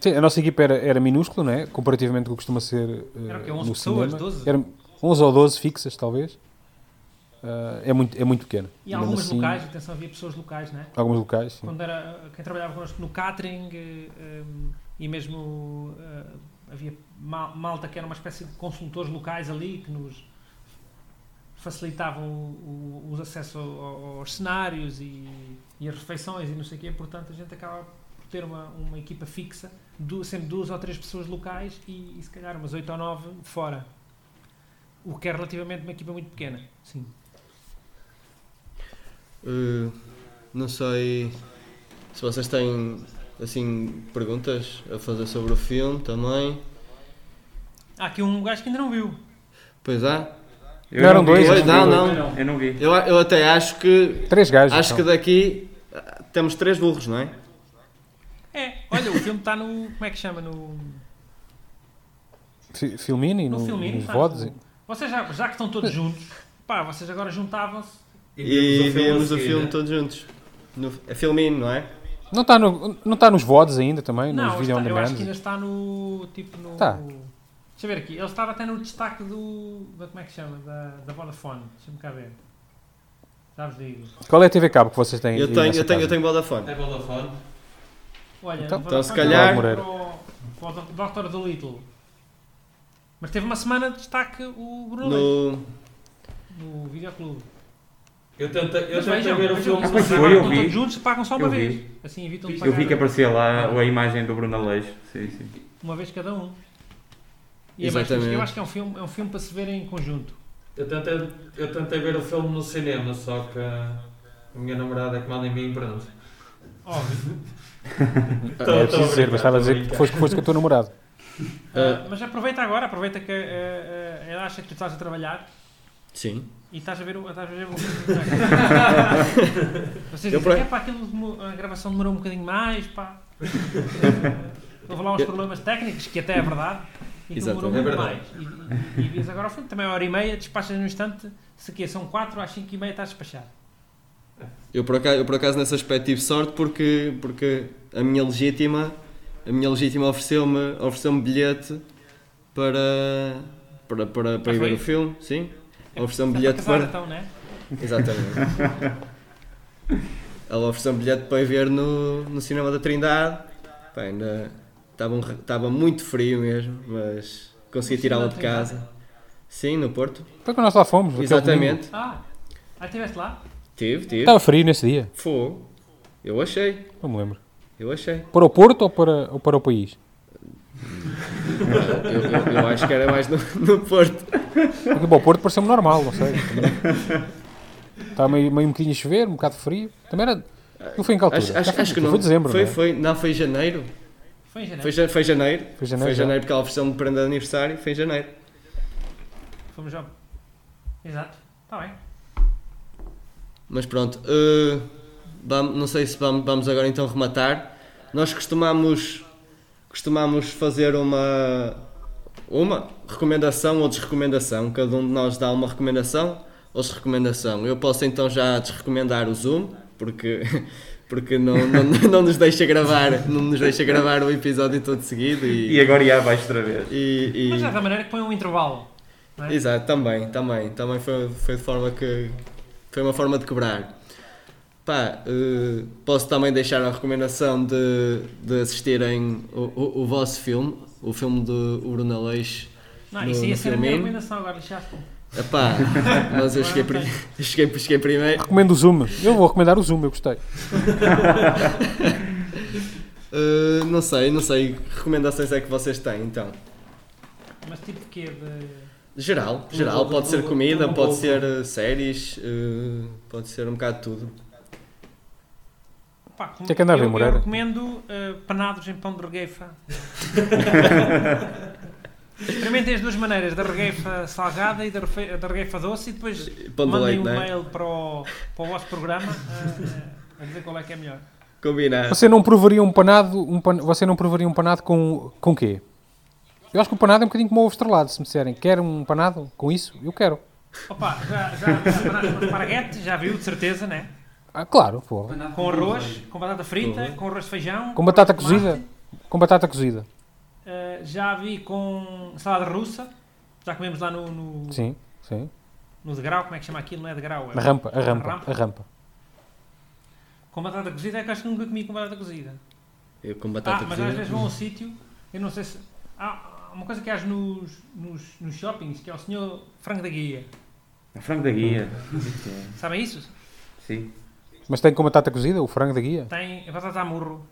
[SPEAKER 3] Sim, a nossa equipa era, era minúscula, não é? Comparativamente com o que costuma ser eh,
[SPEAKER 2] Era o quê? 11
[SPEAKER 3] no
[SPEAKER 2] pessoas?
[SPEAKER 3] cinema.
[SPEAKER 2] 12?
[SPEAKER 3] Era 11 ou 12 fixas, talvez. Ah, é, muito, é muito pequeno.
[SPEAKER 2] E
[SPEAKER 3] Mesmo
[SPEAKER 2] algumas
[SPEAKER 3] assim,
[SPEAKER 2] locais, atenção, havia pessoas locais, né?
[SPEAKER 3] Alguns locais, sim.
[SPEAKER 2] Quando era eh, quem trabalhava connosco no catering eh, eh, e mesmo eh, havia mal- malta que era uma espécie de consultores locais ali que nos facilitavam o- o- os acessos aos cenários e, e as refeições e não sei o quê, portanto a gente acaba por ter uma, uma equipa fixa, du- sempre duas ou três pessoas locais e, e se calhar umas oito ou nove de fora. O que é relativamente uma equipa muito pequena, sim.
[SPEAKER 1] Uh, não sei se vocês têm assim perguntas a fazer sobre o filme também.
[SPEAKER 2] Há aqui um gajo que ainda não viu.
[SPEAKER 1] Pois há.
[SPEAKER 4] Eu
[SPEAKER 3] Não eram
[SPEAKER 4] vi,
[SPEAKER 3] dois?
[SPEAKER 4] eu
[SPEAKER 1] Não,
[SPEAKER 4] vi.
[SPEAKER 1] não.
[SPEAKER 4] Eu não vi.
[SPEAKER 1] Eu, eu até acho que
[SPEAKER 3] Três gajos.
[SPEAKER 1] acho que
[SPEAKER 3] então.
[SPEAKER 1] daqui ah, temos três burros, não é?
[SPEAKER 2] É, olha, o filme está no. Como é que chama? No.
[SPEAKER 3] Fi- Filmini,
[SPEAKER 2] No um-
[SPEAKER 3] no,
[SPEAKER 2] filminho,
[SPEAKER 3] nos
[SPEAKER 2] pá.
[SPEAKER 3] votos. e-
[SPEAKER 2] Vocês já, já que estão todos juntos, pá, vocês agora juntavam-se.
[SPEAKER 1] E vimos o
[SPEAKER 5] a seguir,
[SPEAKER 1] filme
[SPEAKER 5] né?
[SPEAKER 1] todos juntos. No, é filminho, não é?
[SPEAKER 3] Não está no, não tá nos votos ainda também,
[SPEAKER 2] Não,
[SPEAKER 3] nos vídeos on
[SPEAKER 2] está, eu acho que ainda
[SPEAKER 3] demand.
[SPEAKER 2] está no. Tipo no.
[SPEAKER 3] Tá.
[SPEAKER 2] Deixa eu ver aqui. Ele estava até no destaque do. da- como é que chama? Da, da Vodafone. Deixa-me cá ver. Já vos digo.
[SPEAKER 3] Qual é a TV cabo que vocês têm?
[SPEAKER 1] Eu
[SPEAKER 3] aí
[SPEAKER 1] tenho,
[SPEAKER 3] nessa
[SPEAKER 1] eu tenho, eu
[SPEAKER 3] casa?
[SPEAKER 1] tenho Vodafone.
[SPEAKER 5] É Vodafone.
[SPEAKER 2] Olha,
[SPEAKER 3] Então-
[SPEAKER 2] a
[SPEAKER 1] Então, se
[SPEAKER 2] Vodafone
[SPEAKER 1] calhar-
[SPEAKER 2] vai para o, para o Doctor Dolittle. Mas teve uma semana de destaque o Bruno Leite
[SPEAKER 1] No,
[SPEAKER 2] no videoclube.
[SPEAKER 5] Eu tentei, eu
[SPEAKER 2] Mas
[SPEAKER 5] tentei
[SPEAKER 2] vejam,
[SPEAKER 5] ver o
[SPEAKER 2] vejam, é
[SPEAKER 5] filme
[SPEAKER 4] Ah,
[SPEAKER 2] vocês
[SPEAKER 4] pois foi,
[SPEAKER 2] agora
[SPEAKER 4] eu
[SPEAKER 2] estão
[SPEAKER 4] vi.
[SPEAKER 2] todos juntos, pagam só uma
[SPEAKER 4] Eu vi.
[SPEAKER 2] vez. Assim evitam de
[SPEAKER 4] Eu vi
[SPEAKER 2] pagar
[SPEAKER 4] que é aparecia lá a imagem do Bruno Aleixo. Sim, sim.
[SPEAKER 2] uma vez cada um. E é mais fixe.
[SPEAKER 1] Exatamente.
[SPEAKER 2] eu acho que é um filme, é um filme para se ver em conjunto.
[SPEAKER 5] Eu tentei, eu tentei ver o filme no cinema, só que a minha namorada é que manda em mim, pronto.
[SPEAKER 2] Óbvio.
[SPEAKER 3] É preciso dizer, bastava dizer que foste, foste com o teu namorado.
[SPEAKER 2] Ah, mas aproveita agora, aproveita que ah, ah, ela acha que tu estás a trabalhar
[SPEAKER 1] sim.
[SPEAKER 2] e estás a ver o. Estás a ver o... Vocês
[SPEAKER 1] Eu
[SPEAKER 2] dizem
[SPEAKER 1] por
[SPEAKER 2] que "Epá, aquilo demo- a gravação demorou um bocadinho mais, pá. Houve lá uns
[SPEAKER 1] Eu-
[SPEAKER 2] problemas técnicos, que até é verdade. E aquilo demorou muito mais.
[SPEAKER 5] Exatamente,
[SPEAKER 2] E, e, e vias agora ao filme, também é hora e meia, despachas no instante, se aqui são 4 às 5 e meia estás despachado.
[SPEAKER 1] Eu por, acaso, eu por acaso nesse aspecto tive sorte porque, porque a minha legítima a minha legítima ofereceu-me ofereceu bilhete para para, para, para
[SPEAKER 2] Ah,
[SPEAKER 1] ir ver
[SPEAKER 2] foi?
[SPEAKER 1] o filme, sim.
[SPEAKER 2] É,
[SPEAKER 1] Ofereceu-me
[SPEAKER 2] Está para
[SPEAKER 1] Um bilhete para.
[SPEAKER 2] casar, então, né?
[SPEAKER 1] Exatamente. Ela ofereceu-me bilhete para ir ver no, no cinema da Trindade. Pá, ainda estava, um re- estava muito frio mesmo, mas consegui
[SPEAKER 2] No
[SPEAKER 1] tirá-la de
[SPEAKER 2] cinema da Trindade?
[SPEAKER 1] casa. Sim, no Porto.
[SPEAKER 3] Foi quando nós lá fomos. aquele domingo.
[SPEAKER 1] Exatamente.
[SPEAKER 2] Ah, já estiveste lá?
[SPEAKER 1] Tive, tive.
[SPEAKER 3] Estava frio nesse dia,
[SPEAKER 1] Fogo. Eu achei,
[SPEAKER 3] não me lembro.
[SPEAKER 1] eu achei.
[SPEAKER 3] Para o Porto ou para, ou para o país?
[SPEAKER 1] Eu, eu- eu acho que era mais no, no Porto.
[SPEAKER 3] Tá Porque para o Porto pareceu-me normal, não sei. Estava meio, meio um bocadinho a chover, um bocado frio. Também era. Aquilo foi em que altura?
[SPEAKER 1] Acho,
[SPEAKER 3] Já
[SPEAKER 1] acho,
[SPEAKER 3] foi,
[SPEAKER 1] acho que
[SPEAKER 3] foi
[SPEAKER 1] não.
[SPEAKER 3] dezembro,
[SPEAKER 1] Foi,
[SPEAKER 3] não é?
[SPEAKER 1] foi, não, foi janeiro.
[SPEAKER 2] Foi em janeiro.
[SPEAKER 1] Foi, ja- foi janeiro.
[SPEAKER 3] Foi janeiro,
[SPEAKER 1] Foi
[SPEAKER 3] já.
[SPEAKER 1] janeiro porque ela ofereceu-me prenda de aniversário. Foi em janeiro.
[SPEAKER 2] Fomos já. Exato. Está bem.
[SPEAKER 1] Mas pronto. eh, vamos- não sei se vamos, vamos agora então rematar. Nós costumamos, costumamos fazer uma, uma recomendação ou desrecomendação. Cada um de nós dá uma recomendação ou desrecomendação. Eu posso então já desrecomendar o Zoom, porque, porque não, não, não nos deixa gravar, não nos deixa gravar o episódio todo seguido e-
[SPEAKER 4] E agora ia abaixo outra vez.
[SPEAKER 1] E, e-
[SPEAKER 2] Mas já da maneira que põe um intervalo. não é?
[SPEAKER 1] Exato, também, também. Também foi, foi de forma que. Foi uma forma de quebrar. Pá, eh, posso também deixar a recomendação de, de assistirem o, o, o vosso filme, o filme do Bruno Aleixo.
[SPEAKER 2] Não,
[SPEAKER 1] No-
[SPEAKER 2] isso ia
[SPEAKER 1] no
[SPEAKER 2] ser a minha
[SPEAKER 1] filminho.
[SPEAKER 2] recomendação agora, lixaste.
[SPEAKER 1] Epá, mas eu cheguei, pri- cheguei, cheguei primeiro.
[SPEAKER 3] Recomendo o Zoom. Eu vou recomendar o Zoom, eu gostei.
[SPEAKER 1] Eh, não sei, não sei. Que recomendações é que vocês têm então?
[SPEAKER 2] Mas tipo de quê? De...
[SPEAKER 1] Geral, geral.
[SPEAKER 5] Tudo,
[SPEAKER 1] Pode ser
[SPEAKER 5] tudo,
[SPEAKER 1] comida,
[SPEAKER 5] tudo um
[SPEAKER 1] pode
[SPEAKER 5] pouco.
[SPEAKER 1] ser eh, séries, eh, pode ser um bocado de tudo.
[SPEAKER 2] Pá, como-
[SPEAKER 3] Tem que andar a ver,
[SPEAKER 2] eu, eu
[SPEAKER 3] Moreira.
[SPEAKER 2] recomendo eh, panados em pão de regueifa. Experimentem as duas maneiras, da regueifa salgada e da, refe- da regueifa doce e depois
[SPEAKER 1] Pão de
[SPEAKER 2] mandem
[SPEAKER 1] leite,
[SPEAKER 2] um
[SPEAKER 1] não é?
[SPEAKER 2] mail para o, para o vosso programa eh, a dizer qual é que é melhor.
[SPEAKER 1] Combinado.
[SPEAKER 3] Você não provaria um panado, um pan- você não provaria um panado com com quê? Eu acho que o panado é um bocadinho como ovo estrelado, se me disserem. Quer um panado com isso? Eu quero.
[SPEAKER 2] Opa, já, já, já panados com esparguete, já viu, de certeza, né?
[SPEAKER 3] Ah, claro, pô.
[SPEAKER 2] Com arroz, com batata frita, com arroz de feijão.
[SPEAKER 3] Com batata
[SPEAKER 2] tomate.
[SPEAKER 3] cozida. Com batata cozida.
[SPEAKER 2] Eh, já vi com salada russa. Já comemos lá no, no,
[SPEAKER 3] Sim, sim.
[SPEAKER 2] no degrau, como é que chama aquilo? Não é degrau, é
[SPEAKER 3] Na rampa, a rampa,
[SPEAKER 2] Na
[SPEAKER 3] a rampa.
[SPEAKER 2] Com batata cozida é que acho que nunca comi com batata cozida.
[SPEAKER 1] Eu com batata
[SPEAKER 2] ah, mas
[SPEAKER 1] cozida.
[SPEAKER 2] às vezes vão a um sítio, eu não sei se. Há, há uma coisa que há nos, nos, nos shoppings, que é o senhor Franco da Guia.
[SPEAKER 4] O frango da guia.
[SPEAKER 2] Sabem isso?
[SPEAKER 4] Sim.
[SPEAKER 3] Mas tem com batata cozida, o frango da guia?
[SPEAKER 2] Tem a batata a murro.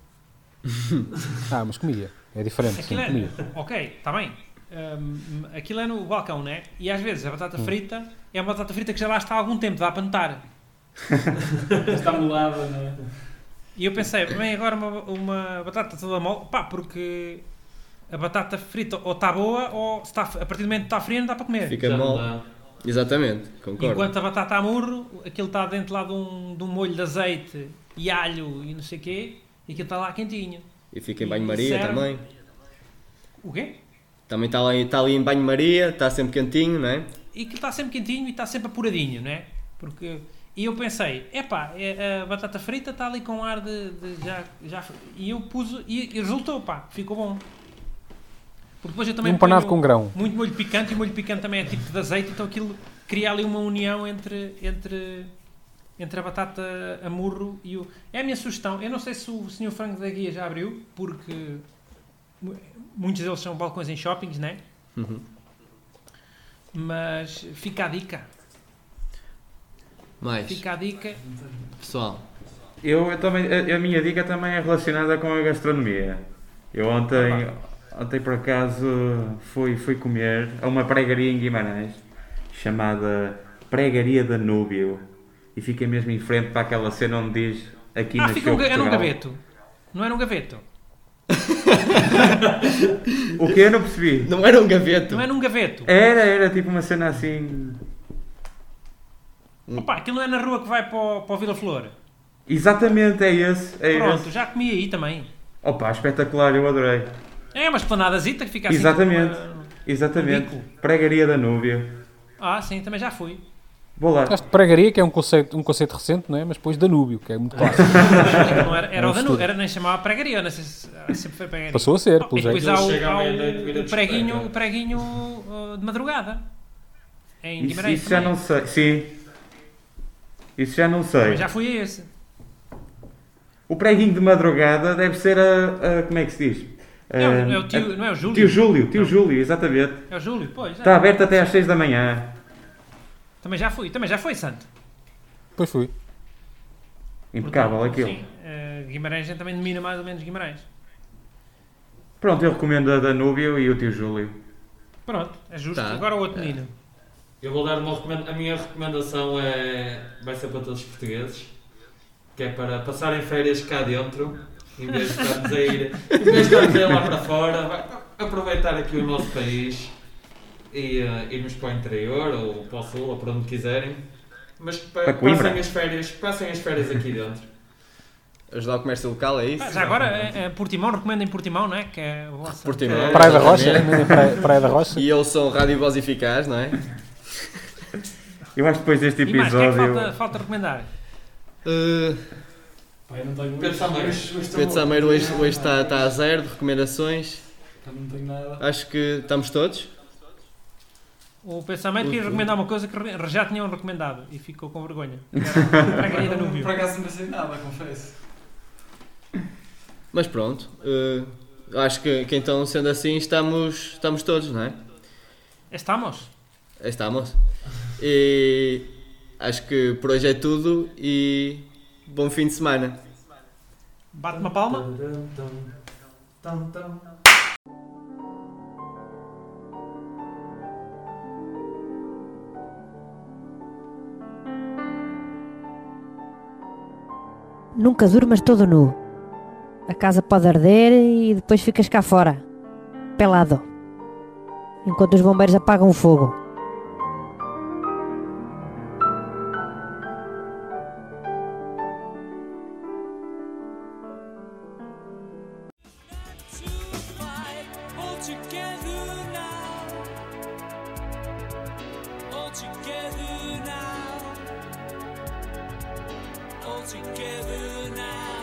[SPEAKER 3] Ah, mas comia. É diferente, sim,
[SPEAKER 2] Aquilo é.
[SPEAKER 3] comia.
[SPEAKER 2] Ok, está bem. Hum, aquilo é no balcão, né? E às vezes a batata frita é uma batata frita que já lá está há algum tempo, dá para notar.
[SPEAKER 6] Está molada, não é?
[SPEAKER 2] E eu pensei, bem, agora uma, uma batata toda mole, pá, porque a batata frita ou está boa ou se está, a partir do momento que está fria não dá para comer.
[SPEAKER 7] Fica
[SPEAKER 5] Já
[SPEAKER 7] mal.
[SPEAKER 5] não dá.
[SPEAKER 7] Exatamente, concordo.
[SPEAKER 2] Enquanto a batata a murro, aquilo está dentro lá de um, de um molho de azeite e alho e não sei o quê, e aquilo está lá quentinho.
[SPEAKER 7] E fica em banho-maria
[SPEAKER 2] Serve.
[SPEAKER 7] também.
[SPEAKER 2] O quê?
[SPEAKER 7] Também está ali, está ali em banho-maria, está sempre quentinho, não é?
[SPEAKER 2] E aquilo está sempre quentinho e está sempre apuradinho, não é? Porque... E eu pensei, epá, é- a batata frita está ali com ar de, de já, já... E eu pus... E, e resultou, pá, ficou bom. Porque depois eu também
[SPEAKER 3] Um panado
[SPEAKER 2] ponho-
[SPEAKER 3] com grão.
[SPEAKER 2] muito molho picante e o molho picante também é tipo de azeite, então aquilo cria ali uma união entre, entre, entre a batata a murro e o. É a minha sugestão. Eu não sei se o senhor Franco da Guia já abriu, porque mu- muitos deles são balcões em shoppings, né?
[SPEAKER 7] Uhum.
[SPEAKER 2] Mas fica a dica,
[SPEAKER 7] Mais,
[SPEAKER 2] fica a dica.
[SPEAKER 7] pessoal.
[SPEAKER 4] Eu, eu também, a, a minha dica também é relacionada com a gastronomia. Eu
[SPEAKER 2] Ah,
[SPEAKER 4] ontem, ontem por acaso fui, fui comer a uma pregaria em Guimarães chamada Pregaria Danúbio e fica mesmo em frente para aquela cena onde diz aqui
[SPEAKER 2] ah,
[SPEAKER 4] nasceu
[SPEAKER 2] fica um, ga- é num
[SPEAKER 4] Portugal.
[SPEAKER 2] gaveto. Não é num gaveto.
[SPEAKER 4] O que eu não percebi?
[SPEAKER 7] Não era um gaveto.
[SPEAKER 2] Não é num gaveto.
[SPEAKER 4] Era, era tipo uma cena assim.
[SPEAKER 2] Opa, aquilo não é na rua que vai para o, para o Vila Flor.
[SPEAKER 4] Exatamente, é esse. É
[SPEAKER 2] Pronto,
[SPEAKER 4] esse.
[SPEAKER 2] já comi aí também.
[SPEAKER 4] Opa, espetacular, eu adorei.
[SPEAKER 2] É uma esplanadazita que fica assim. tipo
[SPEAKER 4] Exatamente,
[SPEAKER 2] uma-
[SPEAKER 4] exatamente.
[SPEAKER 2] ridículo.
[SPEAKER 4] Pregaria Danúbio.
[SPEAKER 2] Ah, sim, também já fui.
[SPEAKER 4] Vou lá.
[SPEAKER 3] Acho que pregaria, que é um conceito, um conceito recente, não é? Mas depois Danúbio, que é muito clássico.
[SPEAKER 2] é Não era, era o
[SPEAKER 3] Não
[SPEAKER 2] Danu,
[SPEAKER 3] mistura.
[SPEAKER 2] era, nem chamava pregaria, não sei se ah, sempre foi pregaria.
[SPEAKER 3] Passou a ser,
[SPEAKER 2] e
[SPEAKER 3] pelo jeito.
[SPEAKER 2] depois há
[SPEAKER 6] Ele chega à
[SPEAKER 2] o, há
[SPEAKER 6] meia-noite, vira
[SPEAKER 2] o, o preguinho,
[SPEAKER 6] discoteca.
[SPEAKER 2] o preguinho ah, de madrugada. É Em
[SPEAKER 4] Isso,
[SPEAKER 2] Guimarães.
[SPEAKER 4] isso já
[SPEAKER 2] também.
[SPEAKER 4] não sei. Sim. Isso já não sei.
[SPEAKER 2] Mas já fui a esse.
[SPEAKER 4] O preguinho de madrugada deve ser a. a- como é que se diz?
[SPEAKER 2] É o,
[SPEAKER 4] Ah,
[SPEAKER 2] é o tio, não é o
[SPEAKER 4] a-
[SPEAKER 2] Júlio?
[SPEAKER 4] tio Júlio, tio
[SPEAKER 2] Não.
[SPEAKER 4] Júlio, exatamente.
[SPEAKER 2] É o Júlio, pois. é.
[SPEAKER 4] Está aberto até às 6 da manhã.
[SPEAKER 2] Também já fui, também já foi, Santo.
[SPEAKER 3] Depois fui.
[SPEAKER 4] Impecável
[SPEAKER 2] Portanto,
[SPEAKER 4] aquilo.
[SPEAKER 2] Sim, ah, Guimarães a gente também domina mais ou menos Guimarães.
[SPEAKER 4] Pronto, eu recomendo a Danúbio e o tio Júlio.
[SPEAKER 2] Pronto, é justo.
[SPEAKER 7] Tá.
[SPEAKER 2] Agora o outro menino.
[SPEAKER 5] Eu vou dar uma recomendação. A minha recomendação é. vai ser para todos os portugueses. Que é para passarem férias cá dentro. Em vez de estarmos a ir. Em vez de estarmos a ir lá para fora. vai- Aproveitar aqui o nosso país. E eh, irmos para o interior ou para o sul ou para onde quiserem. Mas pa-
[SPEAKER 4] Para Coimbra.
[SPEAKER 5] passem as férias. Passem as férias aqui dentro.
[SPEAKER 7] Ajudar o comércio local, é isso?
[SPEAKER 2] Ah, já agora, é, é Portimão, recomendem Portimão, não é? Que é a vossa-
[SPEAKER 7] Portimão.
[SPEAKER 3] Praia da
[SPEAKER 7] exatamente.
[SPEAKER 3] Rocha, não é? praia, praia da Rocha.
[SPEAKER 7] E eu sou rádio e voz eficaz, não é?
[SPEAKER 4] Eu acho que depois deste
[SPEAKER 2] E mais, o que é que
[SPEAKER 4] episódio.
[SPEAKER 2] falta, falta recomendar?
[SPEAKER 7] Uh,
[SPEAKER 6] Pai, eu não tenho
[SPEAKER 5] Pedro Sameiro.
[SPEAKER 7] Eh, Pedro Sameiro hoje hoje está está a zero de recomendações.
[SPEAKER 6] Eu Não tenho nada.
[SPEAKER 7] Acho que estamos todos.
[SPEAKER 2] O pensamento queria
[SPEAKER 7] Ui,
[SPEAKER 2] recomendar uma coisa que re- já tinham recomendado e ficou com vergonha. Era a Pregaria da Núbio.
[SPEAKER 6] Por acaso não sei nada, confesso.
[SPEAKER 7] Mas pronto. uh, acho que, que então, sendo assim, estamos, estamos todos, não é?
[SPEAKER 2] Estamos?
[SPEAKER 7] Aí Estamos. E acho que por hoje é tudo e bom fim de semana.
[SPEAKER 2] Bate uma palma.
[SPEAKER 5] Tum, tum.
[SPEAKER 8] Nunca durmas todo nu. A casa pode arder e depois ficas cá fora, pelado, enquanto os bombeiros apagam o fogo.
[SPEAKER 9] Together now.